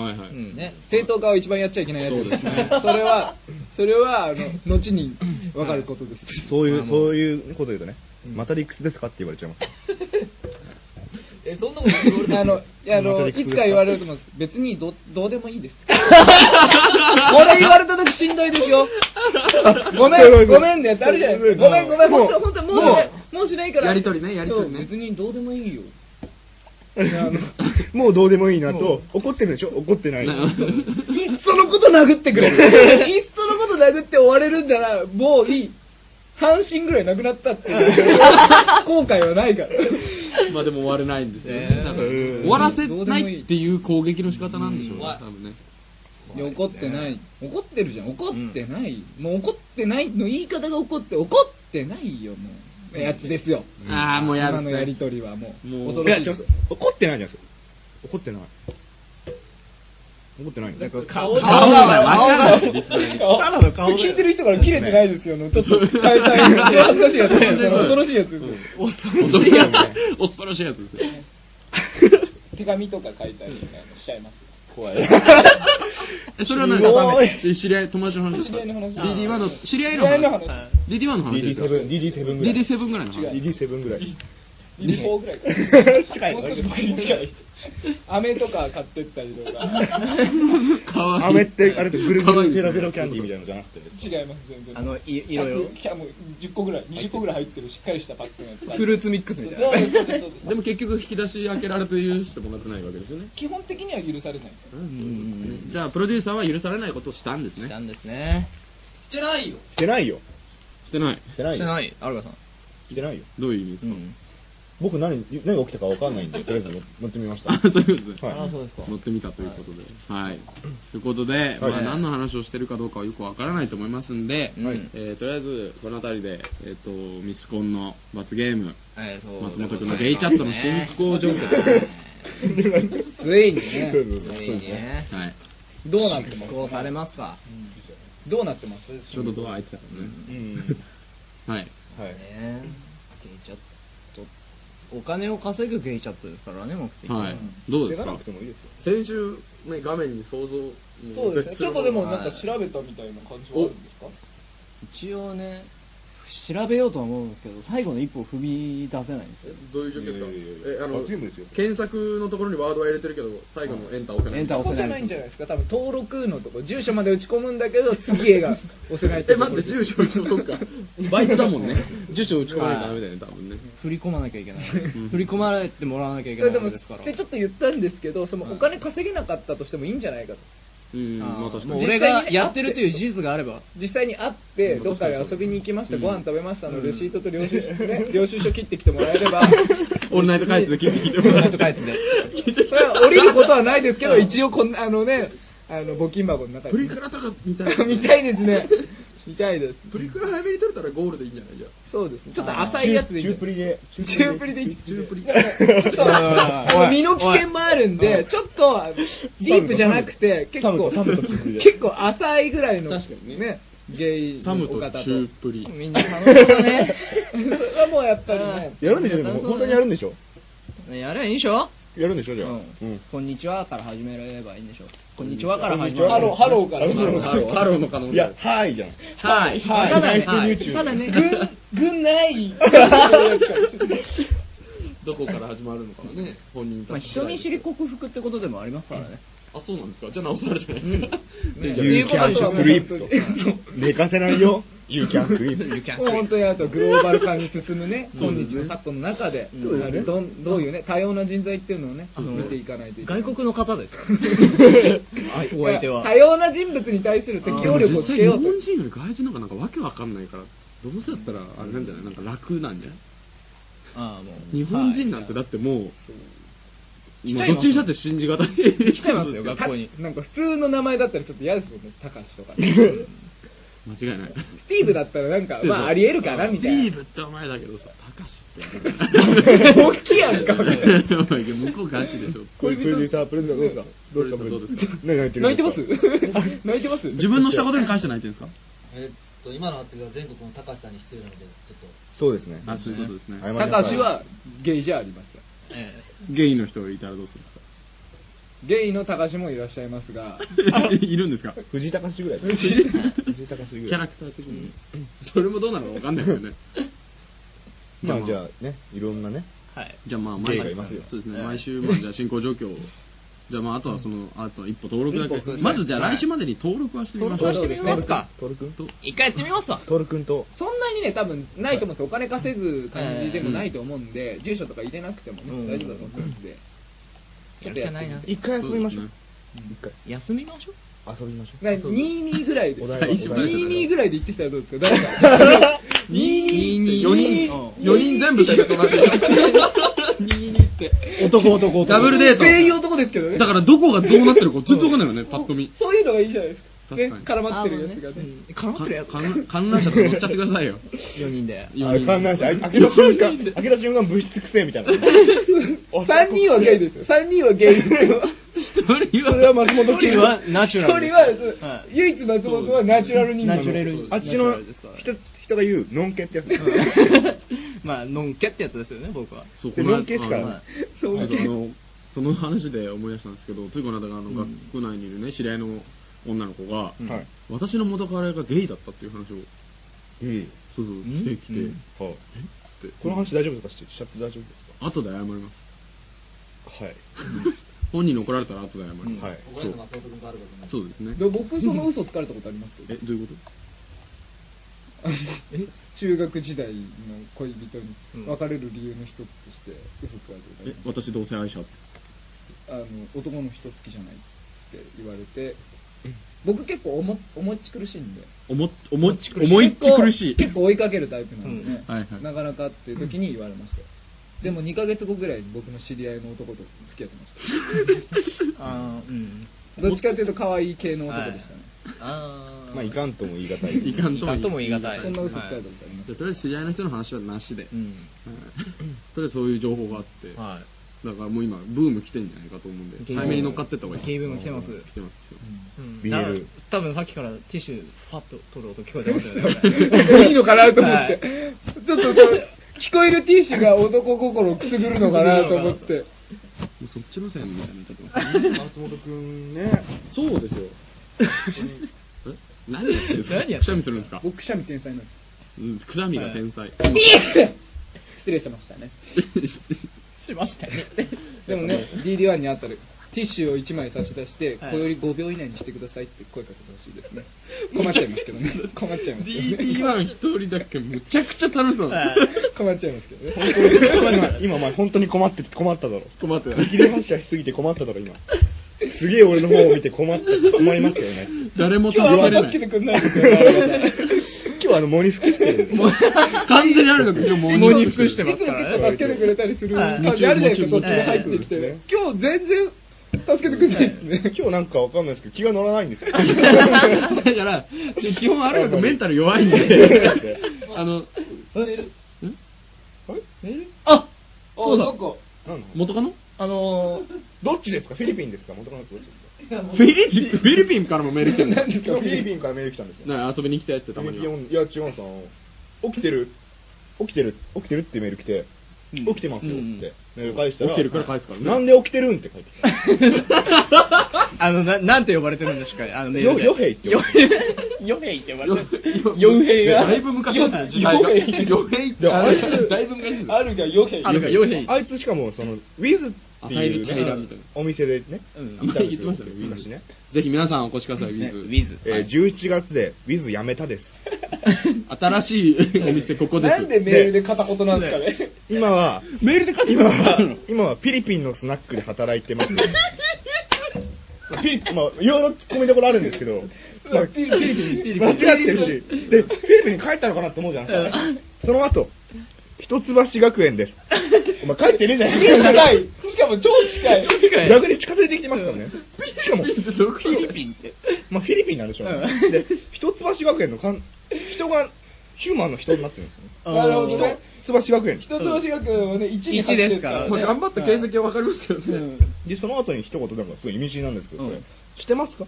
はいはい、
ん。ね。
正当化を一番やっちゃいけないやつ
そうですね
それは、それは、あの、後にわかることです。
そういうそういうこと言うとねまた理屈ですかって言われちゃいます
え、そんなこと言われ
あ
た
の
の、
いや、あ
また
の、
理屈
い
ですか
つか言われると思います。別にど、どうでもいいです。これ言われた時しんどいですよ。ごめん、ごめんのやつあるじゃないですか。ごめん、ごめん、
も
本
う
当本当もうね、もうしないから。
やりとりねやりとりね
そう別にどうでもいいよ。
もうどうでもいいなと怒ってるでしょ怒ってない
いっそのこと殴ってくれる。いっそのこと殴って終われるんなら、もういい。半身ぐらいなくなったっていう。後悔はないから。
まあでも終われないんですよね、
えー
多
うん
分終わらせないっていう攻撃の仕方なんでしょうね、多分ね、
いや怒ってない、怒ってるじゃん怒ってない、もう怒ってないの言い方が怒って怒ってないよもうやつですよ、
ああ、もうや
今
る
のやり取りはもう
もう
恐
い
ろ
や
しい
ちょ怒ってないじゃないですか怒ってない怒ってないよね
顔
顔が
顔
わかんない
ただの顔聞いてる人から切れてないですよねちょっと変えたい恥ずかしいやつですよね恐ろしいやつですよ
恐ろしいやつ、恐ろしいやつですよ、
手紙とか書いたりとかしちゃいます
怖い
えそれは何
す
知り合い、友達の話ですか、
知り合いの話
DD1 の知り
知り合
合いの
いの話
話、DD1 の話ですか、
DD7 DD7 ぐらい
DD7 ぐらいの話、
DD7 ぐらい
4ぐらい か
近い
もうちょっと近い飴とか買ってったりとか
かわいい、
飴ってあれってぐるぐ
可愛
る
い
ペラペラキャンディーみたいなのじゃなくて
違います全然
あの、いいろいろ。
キャム10個ぐらい20個ぐらい入ってるしっかりしたパックのやつ
フルーツミックスみたいな
そうそうそうそう
でも結局、引き出し開けられて許してもらってないわけですよね。
基本的には許されない
じゃあプロデューサーは許されないことをしたんですね。
なんですね。
してないよ。
してないよ
してない。
してない
して
よ
ない、アルカさん。
してないよ
どういう意味ですか、
僕何何が起きたかわかんないんでとりあえず乗ってみまし
あ
た
そういうことで、
はい
そうですか。
乗ってみたということで。はい。ということで、まあ、何の話をしてるかどうかはよくわからないと思いますんで、
はい
えーとりあえずこの辺りで、えー、とミスコンの罰ゲーム、
えーそう
松本君のゲイチャットの進行状況、
そうそう
ついにね
そう
いいね。
はい、
どうなってま
こうされますか。
すどうなってます
ちょうどドア開いてたからね。
うん
はい。
はい
ねゲイチャット。お金を稼ぐゲイチャットですからね、目的。
は
うん
い。どうです
出
か
なくてもいいですよ
先週、ね、画面に想像に
そうですねちょっとでもなん
は
か
い
調べたみたいな感じはあるんですか
一応ね、調べようとは思うんですけど、最後の一歩を踏み出せないんですよ。
どういう状況ですか
いやいやいや
えあの
罰ゲームですよ
検索のところにワードは入れてるけど最後のエンター押せない
エンター
ここ
押
じ
せ
ゃ
な
ないいんじゃないですか多分登録のとこ住所まで打ち込むんだけど次へが押せない
え待って住所打ち込むか バイトだもんね住所打ち込まないとダメだよね多分ね
振り込まなきゃいけない。振り込まれてもらわなきゃいけ
そ
な
れ
い
で
わ
も
け
で
ですから。
ちょっと言ったんですけどそのお金稼げなかったとしてもいいんじゃないかと
うん
あー
まあ確か
もう
に
俺がやってるという事実があれば。
実際に会ってどっかで遊びに行きました
うん
ご飯食べましたのレシートと領収書 ね領収書切ってきてもらえれば
オールナイト開発で聞いて
オールナイト開発で
それは降りることはないですけど、一応こんな、あのね、あの募金箱の中に。
プリクラとかみ たいな
見 たいですね。見たいです。
プリクラ早めに撮れたらゴールでいいんじゃないじゃ
そうですね。ちょっと浅いやつでいい
中
んじゃ
プ
ない
リで
中プリでいい。
中プリ
だからちょっとあの
おい
身の危険もあるんで、ちょっとあのディープじゃなくて、結
サム
構
とサムと中プリで
結構浅いぐらいの
確かにね
ね、ゲイ
タム
のお
と
方と。
中プリ
みんな楽しそう ね。
それはもうやっぱりね。
やるんでしょでも本当にやるんでしょ
ねやればいいんでしょ
やるんでしょじゃあ
う
うん
ん。こんにちはから始めればいいんでしょこんにちはから始めれば
ハロー、ハローから。
ハローハローハローの可能
いや
性
はいじゃん
はい
ただね、
はい
ただね、
ぐんない。
どこから始まるのかはね、本人
まあ、
たち次
人
第
見知り克服ってことでもありますからね。
あ、そうなんですか。じゃあ、なおさらじゃない。 ね
勇気ある
と
クリップと。 寝かせないよ。勇気あるク リップ。
もう本当にあとグローバル化に進むね、今日のカットの中で、
そうですね
どんどういうね、多様な人材っていうのをね、
の
見ていかないといけない。
外国の方 ですかお相手は。
多様な人物に対する適応力をつけよう
でも
と。
実際日本人より外人の方がなんかわけわかんないから、どうせだったら、あれなんじゃないなんか楽なんじゃない
ああもう
日本人なんてだってもう、
い
もうどっちにしたって信じがたい。来
来て ますよ、
学校に
たなんか普通の名前だったらちょっと嫌ですもんね、高 橋とか。
間違いない。
スティーブだったらなんか、まあありえるかなみたいな。
ビーブってお前だけどさ、高
大きいやんか、みたいな。
橋って。お前向こうガチでしょ。
これプロデューサー、プロデューサーどうですか
どうですか
プロデューサー
泣いてま
何
す
言ってるんですか
泣いてます
自分のしたことに関して泣いてるんですか
えっと、今の発言は全国の高橋さんに必要なので、ちょっと。
そうですね。
あ、そういうことですね。
謝りなさ
高
い
橋はゲイじゃありません。
ゲイの人いたらどうするんですか
ゲイの高橋もいらっしゃいますが、
いるんですか
藤高氏ぐらいだよ
藤
藤高氏
キ
ぐらい。
ャラクター的に。それもどうなのかわかんないけどね。
まあじゃあね、いろんなね。
はい。
じゃあまあ
ゲイがい
毎週
ますよ
そうですね毎週まあじゃあ進行状況をじゃあまああとはそのあと一歩登録だ
一歩そう
け
ですね
まずじゃあ来週までに登録はしてみましょう
登録はしてみますか
トル君と。
一回やってみますわ。
トル君と。
そんなにね、多分ないと思うんですよ。お金稼ぐ感じでもないと思うんで、住所とか入れなくても
うん
ね、大丈夫だと思うんで。ちょ
やる
っと
気は
やって
な
み
い
て
な。
一回遊びましょう。一回
休みましょう。
遊びましょう。
な22ぐらいで
お
す。
題はお題は
22ぐらいで行ってきたらどう ですか誰か22
4人4人全部で同じ
男男男。
ダブルデート
全員男ですけどね
だからどこがどうなってるか全然わかんないよねパッと見
そういうのがいいじゃないですかね
確か
絡まってるやつがね
絡まってるやつ。
観覧観覧車とか乗っちゃってくださいよ
4人で。
四
あ
人
観覧車、あ開けた瞬間、開けた瞬間物質くせえみたいな。
3人はゲイですよ3人はゲイです よ
一人
そ
は
れは松本
1
君
人はナチュ
1
ラル
人
です。
は
は
唯一松本はナチュラル人間
ナチュラル
あっちの
ナチュラルですから
人人が言う、ノンケってやつ。
まあ、のんけってやつですよね、僕は。
そう
で
この間
連携しか
あの
はい
そうあのその話で思い出したんですけどついこの間あの学校内にいるね知り合いの女の子が
うんはい
私の元彼がゲイだったっていう話
う
を
ん。
そうそうしてきて
はい。
えって
この話大丈夫ですかししちゃって大丈夫です
後で謝ります
かはい。
本人に怒られたら後で謝ります、
はい
怒られて松本君があることになる
そうですね
で僕その嘘つかれたことありますけど
えどういうこと
え中学時代の恋人に
うん
別れる理由の一つとして嘘つかれたことあり
え
ます
私同性愛者
あの男の人好きじゃないって言われて僕結構おも思いっち苦しいんで
思っ思いっち思いっち苦しい
結構追いかけるタイプなんでね、
うんはいはい
なかなかっていう時に言われましたよでも2ヶ月後ぐらいに僕の知り合いの男と付き合ってま
あーうん。
したどっちかというと可愛い系の男でしたね、
あー
まあ、いかんとも言い難い。
いかんとも
いかんとも言い難い
そんな嘘つか
は
れ
い
たことあります
じゃあとりあえず知り合いの人の話はなしで、
うん。
はいとりあえずそういう情報があって、
は
だからもう今ブーム来てんじゃないかと思うんで
ゲイブーム
早めに乗っかってった方がいい
ゲイブーム来てます
来てます
うん
ビニール
多分さっきからティッシュパッと取る音聞こえてますよね。
いいのかなと思って、
は
ちょっとこう聞こえるティッシュが男心をくすぐるのかなと思って
もうそっちの線みたいになっちゃってますね
松本くんね。
そうですよえ 何やってるんですか
何やってる
くしゃみするんですか
僕くしゃみ天才なんです
うんくしゃみが天才、
失礼しましたね
しましたね。
でもね、DD1 にあったら、ティッシュを1枚差し出して、
はい
これより5秒以内にしてくださいって声かけてほしいですね。困っちゃいますけどね。困っちゃいますけどね。
DD1 一人だけむちゃくちゃ楽しそうなの
困っちゃいますけどね。
今、今お前本当に困って、困っただろ。
困ってない
見切れ発車しすぎて困っただろ、今。すげえ俺の方を見て困った、困りますよね。
誰も
今日
助
はあ
け
んま助け
れな
て
い
くんないですよね。
今日はあの、喪に服してるんです。
完全にあるの今日
もに服して
い
ま
つ
す
も
から
結
ね。
構助けてくれたりする
はい
感じあるじゃないですか、こ
も
っ
ち
ち
ろん
に入ってきて
はい
ね。今日全然助けてくれないですね。
今日なんかわかんないですけど、気が乗らないんですよ。
だから、基本あるのメンタル弱いんで、あの、
あそうだ。
なんだ
元カノ
あのー、
どっちですかフィリピンですか元カノってどっちですか
フィリピン、フィリピンからもメール来てる
何ですかフィリピンからメール来たんですよ。
な遊びに来たやつってたまには。
いや、違うんですよ起きてる、起きてる、起きてるってメール来て、
うん
起きてますよってメール返したら、
起きてるから返すからね
なんで起きてるんって書いて
あの、ななんて呼ばれてるんですかあのメー
よ
ルで。
よへいって呼ば
よへい
4兵って呼ばれてる。4兵が。
だいぶ昔ですね時代が
4兵って。あいつ、だいぶ昔です。あるが4兵。
あいつしかも、その、ウィズっていう
あ平平みたい
ね
な、
お店でね、
言ってましたね
ウィズね。
ぜひ皆さんお越しください、ウィズ。ウィズ
えー、11月で、ウィズやめたです。
新しいお店、ここです。
なんでメールで
片言なんですかね。
今は、メールで書いて今は、今はフィリピンのスナックで働いてます。フィリピン、まあ、いろいろツッコミどころあるんですけど、まあ、フィリピン、間違ってるし、で、フィリピンに帰ったのかなって思うじゃないですか。その後、一橋学園です。お前帰ってねえじゃねえか。
近い。しかも超近い。
逆に近づいてきてますからね。しかも、
フィリピンって。
まあ、フィリピンなんでしょうね、で一橋学園のかん人がヒューマンの人になってるんですよね
あーなるほどね
一橋学園
一橋学園はね、1に
一
走ってるから、ね。
まあ頑張った形跡
はわかりますけどね。
でその後に一言なんかすごい意味深なんですけど、これしてます か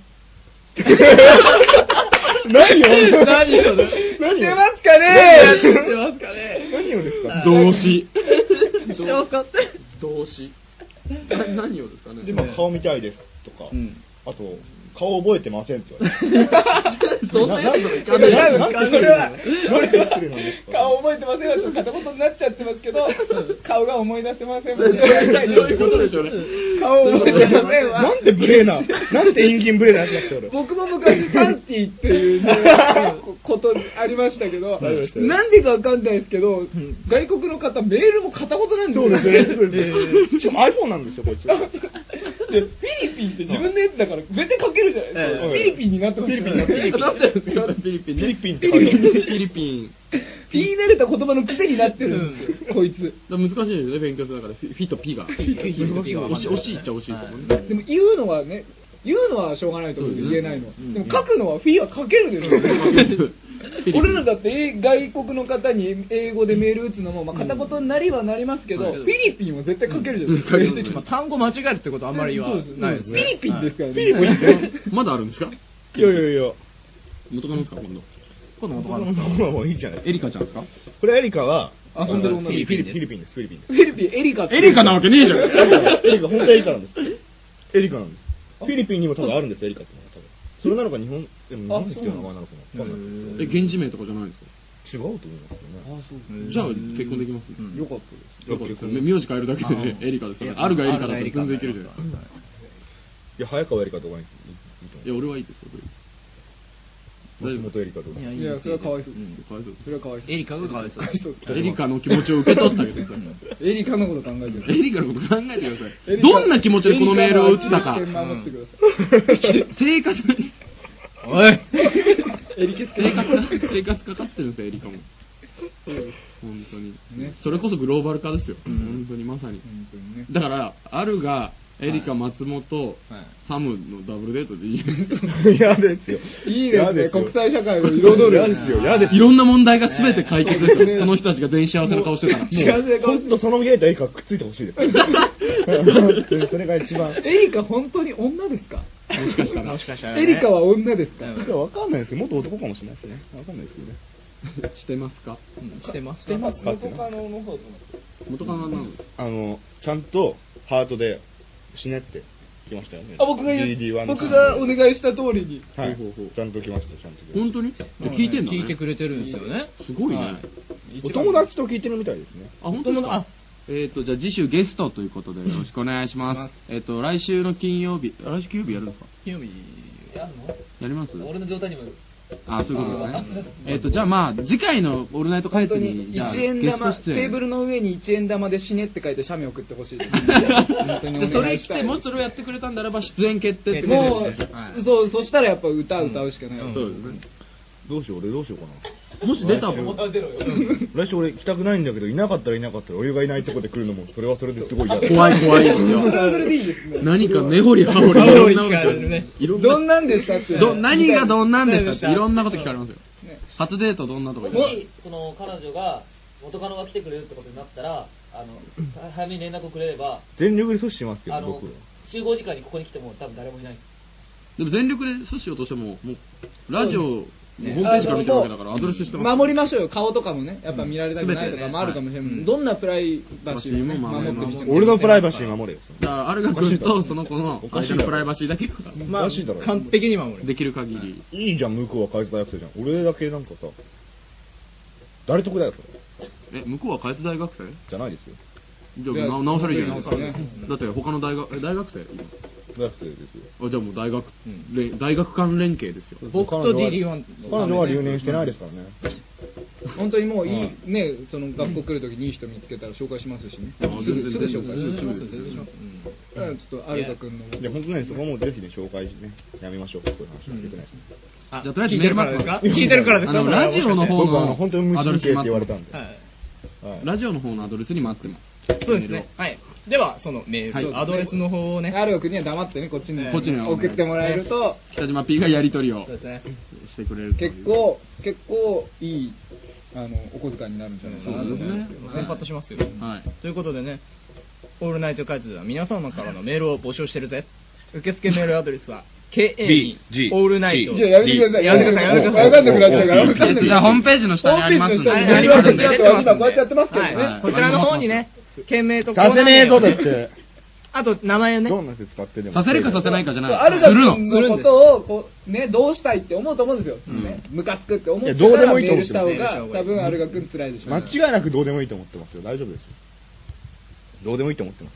何を
何をね
何を
してますかねしてますかね
何をですか
動詞。
してますか
動詞。な何をですかね。
で、まあ、顔見たいですとか、あと顔覚えてませんって言われて
そんなやつはい
な
かないいやなんかそれは
何て言ってるのですか
顔覚えてませんはちょっと片言になっちゃってますけど顔が思い出せませんもんね
どういうことでしょうね。
顔覚えてませんわ
なんて無礼な、なんて陰ン無礼なやつだって俺。
僕も昔サンティっていうねこことありましたけど
ありましたね
なんでかわかんないですけど外国の方メールも片言なんです
そう
よ
ですね。そうですねしかも iPhone なんですよ、こいつ。
でフィリピンって自分のやつだから絶対書けるじゃないですか、
うん
フィリピンになってますよね
フィリピンにな
ってますよ
フィリピン
フィ
ね。
リピンって書いてあ
フ
る
ィリピン。
言い慣れた言葉の癖になってるんですよこいつ
難しいですよね、勉強する中で。フィフィとピが。難しい。惜しい惜しいっちゃ惜しいと思うね。
でも言うのはね言うのはしょうがないと思うんですよ言えないの、でも書くのはフィは書けるでし ょ俺らだってえ外国の方に英語でメール打つのも、まあ、片言になりはなりますけど、フィリピンは絶対書けるじゃないですか、
うん
英語的に
まあ、単語間違えるってことはあんまり言わ
そう
ないです
フィリ
ね。
ピンですからね、
まだあるんですか
いやいやいや。
元カノですか、今度。
今度
ま
元
あ
カノ
もういいじゃない。
エリカちゃんですか
これエリカは、
遊んでる女の
フ
子
ィリピンフィリピンです、フィリピンです。
フィリピンエリカって
エリカなわけねえじゃん。
エリカ、本当エリカなんです。エリカなんです。フィリピンにも多分あるんですよ、エリカってのは多分。それなのか日本、でも日本で言ってるのかな、のかな。わかんない
え、
ですけど
源氏名とかじゃないんですか
違うと思いますけどね。
じゃあ結婚できますね
うん
よかったです
よかった名字変えるだけでねエリカですから。あるがエリカだったら全然いけるじゃないですか。
いや、早川エリカとかにいいいいと思う。
いや、俺はいいですよ、こ
松本エリカとか。
いやい
いやそれはかわいそう
うん
れ。かわいそう
それはかわいそう
エリカがかわいそう。
エリカの気持ちを受け取ったけどさ。
エリカのこと考えて
エ
る
リカのこと考えてください。どんな気持ちでこのメールを打ったか
エ。リカの安全守ってください
生活に。
おい
エリケつけ
生活な生活かかってるんですよ、エリカも。本当に、それこそグローバル化ですよ、本当にまさに。
本当にね
だから、あるが、エリカ、松本、
はい
サムのダブルデートでいいじゃないですか
嫌ですよ。
いいです
嫌
ね
よ
国際社会を彩る
嫌ですよ、嫌です
い
よ。
ろんな問題が全て解決ですよ、その人たちが全員幸せな顔してたら。
幸せな
ほ
顔して
んとそのゲータエリカくっついてほしいです。本当にそれが一番。
エリカ本当に女ですか
もしかしたら
もしかしたらね
エリカは女ですか
なんかわかんないですけど、元男かもしれないですね。わかんないですけどね。
してますか
うんしてます。
してますかって
他のの方と
元カノなの
あの、ちゃんとハートで死ねって来ましたよね。
あ僕が言
DD1 の
う僕がお願いした通りに
はい
ほうほうほう
ちゃんと来ました、ちゃんと来ま
本
し
当に聞いてんだ、ね、
聞いてくれてるんですよね。
すごいね。
は
た。お友達と聞いてるみたいですね。
あ、本当ですか。えっ、と、じゃあ次週ゲストということでよろしくお願いします。えっ、と、来週の金曜日、来週金曜日やるんですか
金曜日
やんの
やります
俺の状態にも
あ、そういうことですね。えっ、と、じゃあまあ、次回のオールナイト帰っ
本
て
当
に、
に
じゃあ、
1
ゲ
円
スト
玉
出
テーブル
演。
の上に1円玉で死ねって書いて写メ送ってほしい です本当にお
じゃあそ
願
れ
い
来
した
て、
い
もしそれをやってくれたんならば、出演決定ってこと
も
で
うそうそしたらやっぱ歌歌うしかない
そうですね。
どうしよう、俺どうしようかな。
もし出たもん。
出ろよ
来週俺来たくないんだけど、いなかったらいなかったら、俺がいないとこで来るのも、それはそれですごい嫌だ。
怖い怖いです
それはそれでいい
よ。
ですね
何か根掘り葉掘り、
根掘り
いろんな
聞か
こと
れるね
いろん
どん
な、
なんでしたって
ど何がどんなんでしたって、いろんなこと聞
聞
かれますよ。初デートどんなとこ
も
行った
しその彼女が元カノが来てくれるってことになったらあの早めに連絡をくれれば
全力で阻止しますけ
あ
ど、
の
僕は。
集合時間にここに来ても多分誰もいない
でも全力で阻止しようとしても、もうラジオ、
ね
ホームページから見てるわけだからアドレ スしてます
守りましょうよ顔とかもねやっぱ見られたくないとかもあるかもしれない、どんなプライバシーもね守ってきて
俺のプライバシー守れよ。
だからあるが来るとその子の会社のプライバシーだけは
まあ、完
璧に守
るできる限り
いいじゃん、向こうは返す大学生じゃん。俺だけなんかさ、誰得だよ、それ。
え向こうは開発大学生
じゃないですよ。
じゃあな直されるじゃないですか、
いや
だって他の大学え大学生
大学生ですよ。
あじゃあもう大学、連大学間連携ですよ
僕と DD1
彼女は留年してないですからね。
本当にもういい、ねその学校来るときにいい人見つけたら紹介しますしね、
あ
す
全然
ぐすぐ紹介
全然
し
しま
ます
す
よ
全然します
うんうんちょっと有田君の
いや、本当ね、そこはもうぜひね、紹介ね、やめましょう、こういう話は良くないですね。
じゃあとりあえず
聞いてるからですか
メー ル
聞いてるからですか
あのラジオの方
僕はあ
の
の本当に無
アドレ
神経っ
スに
て
待
言わ
っ
れ
て
た
ま
んで。
はい
は
すラジオの方のアドレスに待ってます
そうですね。はい。では、そのメール、
はい
アドレスの方をね。
ある君には黙ってねこっちに
こっちには
送ってもらえると
北島 P がやり取りを
そうですね。
してくれるという
結構結構いいあのお小遣いになるんじゃないかなと思いますけど
連発しますよ。
はい
ということでね、オールナイトカイツでは皆様からのメールを募集してるぜ。受付メールアドレス は、KA に
B G
オールナイト。
G
じゃあやめてください。
やめてください。やめてください。
わかんなくなっちゃうから。わかんなくなっちゃう
じゃあホームページの下にありますんで
ホームページの下にありますんで今こうやってやってますけどね。
はい、そちらの方にね、件名と
させねえぞだって。
あと名前をね。
どんな人使ってでも。
させるかさせないかじゃない
あるが
するの
君のことをこう、ね、どうしたいって思うと思うんですよ、ね、ムカつくって思って
いやどう
か
で
ら
もいい
メ
と
ー
思
ル
う
し
け
た
ど
方
ね
が、多分あるが君辛いでしょうね、
間違いなくどうでもいいと思ってますよ。大丈夫ですよ。どうでもいいと思ってます。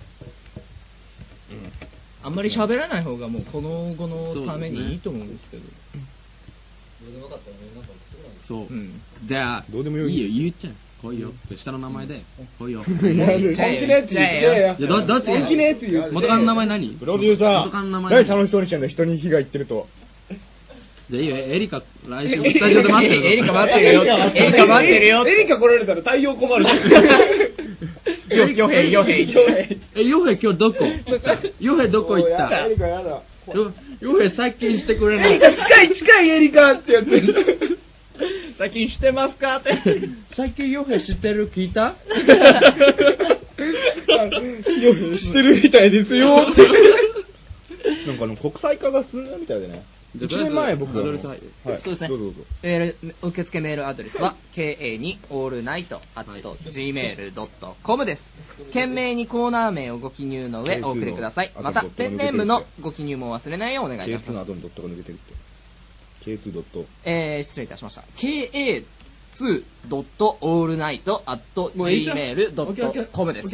あんまり喋らない方がもうこの後のためにいいと思うんですけど。
そう、
ん
じゃあ
どうでもよい
いよ言っちゃう来いよって下の名前で来いよ
本気のやつ言っちゃえよ
いやどどっちが
本気のやつ言っちゃえよ
元カノの名前何
プロデューサ
元カノの名
ー、
前
何
何
楽しそうにしてんだよ、人に被害言ってると。
じゃあいいよエリカ来週スタジオで待 ってるぞ
エリカ待ってるよ。エリカ待ってるよ。
エリカ来られたら対応困るし
よ、よへい、よへい。
えヨヘ今日どこヨヘどこ行った
エリカやだ。
ヨヨヘ最近してくれな
エリ
い
カ近い近いエリカってやつ
最近してますかって。
最近ヨヘ知ってる聞いた
よしてるみたいですよって
なんかあの国際化が進んだみたいでね。
じゃあ
1年前僕
ア
あの
ドレス入る
はい。
そうですね
どうぞどうぞ。
メール受付メールアドレスは ka2allnight.gmail.com です懸命にコーナー名をご記入の上お送りくださいまたペンネームのご記入もお忘れないようお願いいたし
K2 の
ます
後にドットが抜けてるって。K2 ドット。
えー、失礼いたしました ka2.allnight.gmail.com です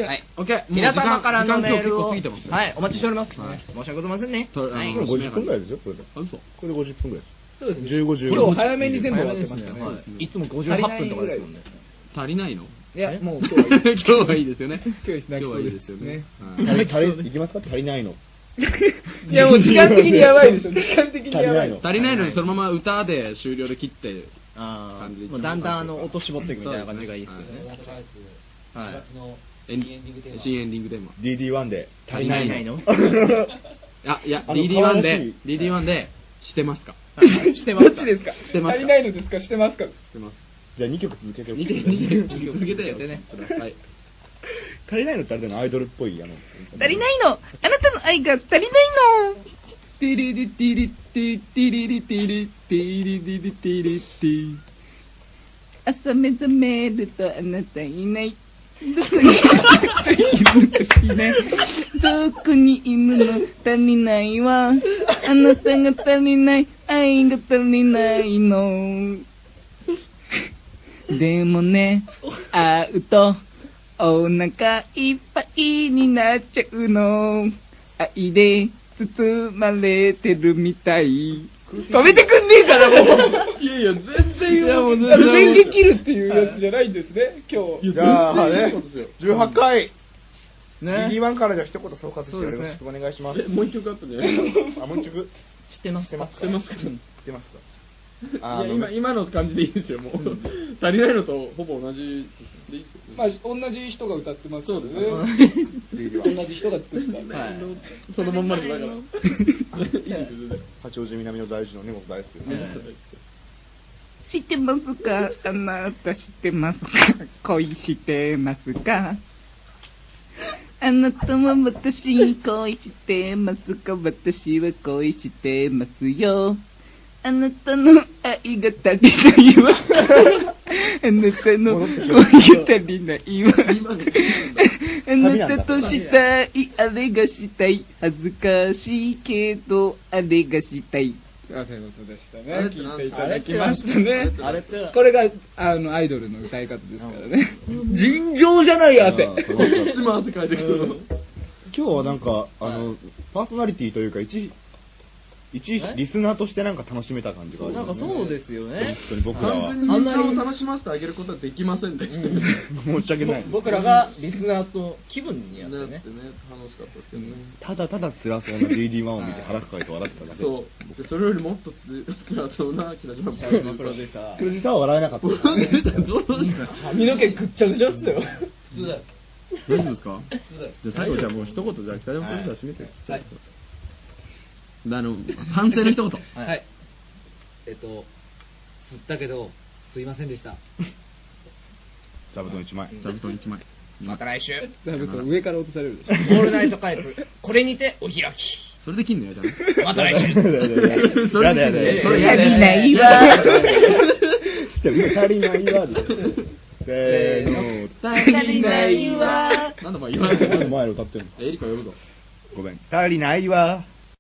はい
オッケー
皆様からのメールを
時間今日結構過ぎてますよ
はいお待ちしております
はい
申し訳ございませんね
とあ
これ
の
50分ぐらいですよ、これで。
あ嘘
これで50分ぐらいです。
そうですね
15、15。
今日早めに全部終わってましたね
早めですねはい
いつも58分とかですもんね
足りないの
いやもう今日は
今日はいいですよね
今日
今日はいいですよねはい
足り足り、いきますか足りないの。
いやもう時間的にやばいでしょ時間的にやばい
足りないのにそのまま歌で終了で切って
あ
感じ
ーもうだんだんあの音絞っていくみたいな感じがいいですよ
そうです
ね。
はい。
エン新エンディングテーマ
DD1 で。
足りないのあいや
あの
DD1
可愛
で
らしい
DD1 でしてますか
してますどっちですか
してますか
足りないのですかしてますか
してます
じゃあ2曲続けてお
2
く
曲2曲続けてよはい
足りないのってあれだよねアイドルっぽい、あの。
足りないのあなたの愛が足りないの
ティリリティリティティリリティリティリリリティリティ
朝目覚めるとあなたいない。どこにどこにいるの足りないわ。あなたが足りない。愛が足りない の。でもね、会うとお腹いっぱいになっちゃうの。愛で包まれてるみたい。止めてくんねえからもう
いやいや全然言わ
あの電撃切るっていうやつじゃないんですね今日
じゃあね、18回、
ね
DD1 からじゃあ一言総括して
そうですね
よろしくお願いします。
もう一曲あったじゃない
あ、もう一曲
してます
してますか
してますか
してますか
いや今今の感じでいいですよもう足りないのとほぼ同じでいいですよ
まあ同じ人が歌ってますよね同じ人が作った
そのまんまでだから いいですよ全然
八王子南の大事の根本大好きですね。
知ってますかあなた知ってますか恋してますかあなたは私に恋してますか私は恋してますよ
あなたの愛が足りないわ。あなたの恋が足りないわ。あなたとしたい、あれがしたい。恥ずかしいけど、あれがしたい。
あということでした
あれ
ね。
って
聞
ないん
てい
すか
ただきましたね。
あれってなんすか
これが、あの、アイドルの歌い方ですからね。
尋常じゃないよ、汗。
こ
っちも汗かいてくる。
今日はなんか、あの、パーソナリティというか、一、一
え
リスナーとしてなんか楽しめた感じがあるよね
すよ
本当に僕らは。
完全にみんなを楽しませてあげることはできませんでした、
申し訳ない。
僕らがリスナーと気分にやって
だって
ね
ね。楽しかったですけどね、
ただただ辛そうな DD1 を見て腹抱えて笑ってただけ。
そうでそれよりもっとつ辛そうなキラキラ
北島プロデューサー
プロデューサーは笑えなかった。
どうした
髪の毛ぐっちゃぐちゃっすよ。
普通だよ。
大丈夫ですか
だよ
じゃあ最後じゃあもう一言じゃあ北島プロデューサー締めて、
はい。
あの反省の一言
はい。えっと、釣ったけど、すいませんでした。
座布団一枚。
座布団一枚
また来週、
だいぶこう上から落とされるでしょ。
オールナイトカイプ、これにてお開き。
それで切んのよじゃ あ
また来週。
やだやだやだ。
足
足りないわ。
足りないわで。せーの。
足りないわ。
なんだお前言わ
今
ない
の前で歌ってるの。
えりか呼ぶぞ
ごめん。足りないわ。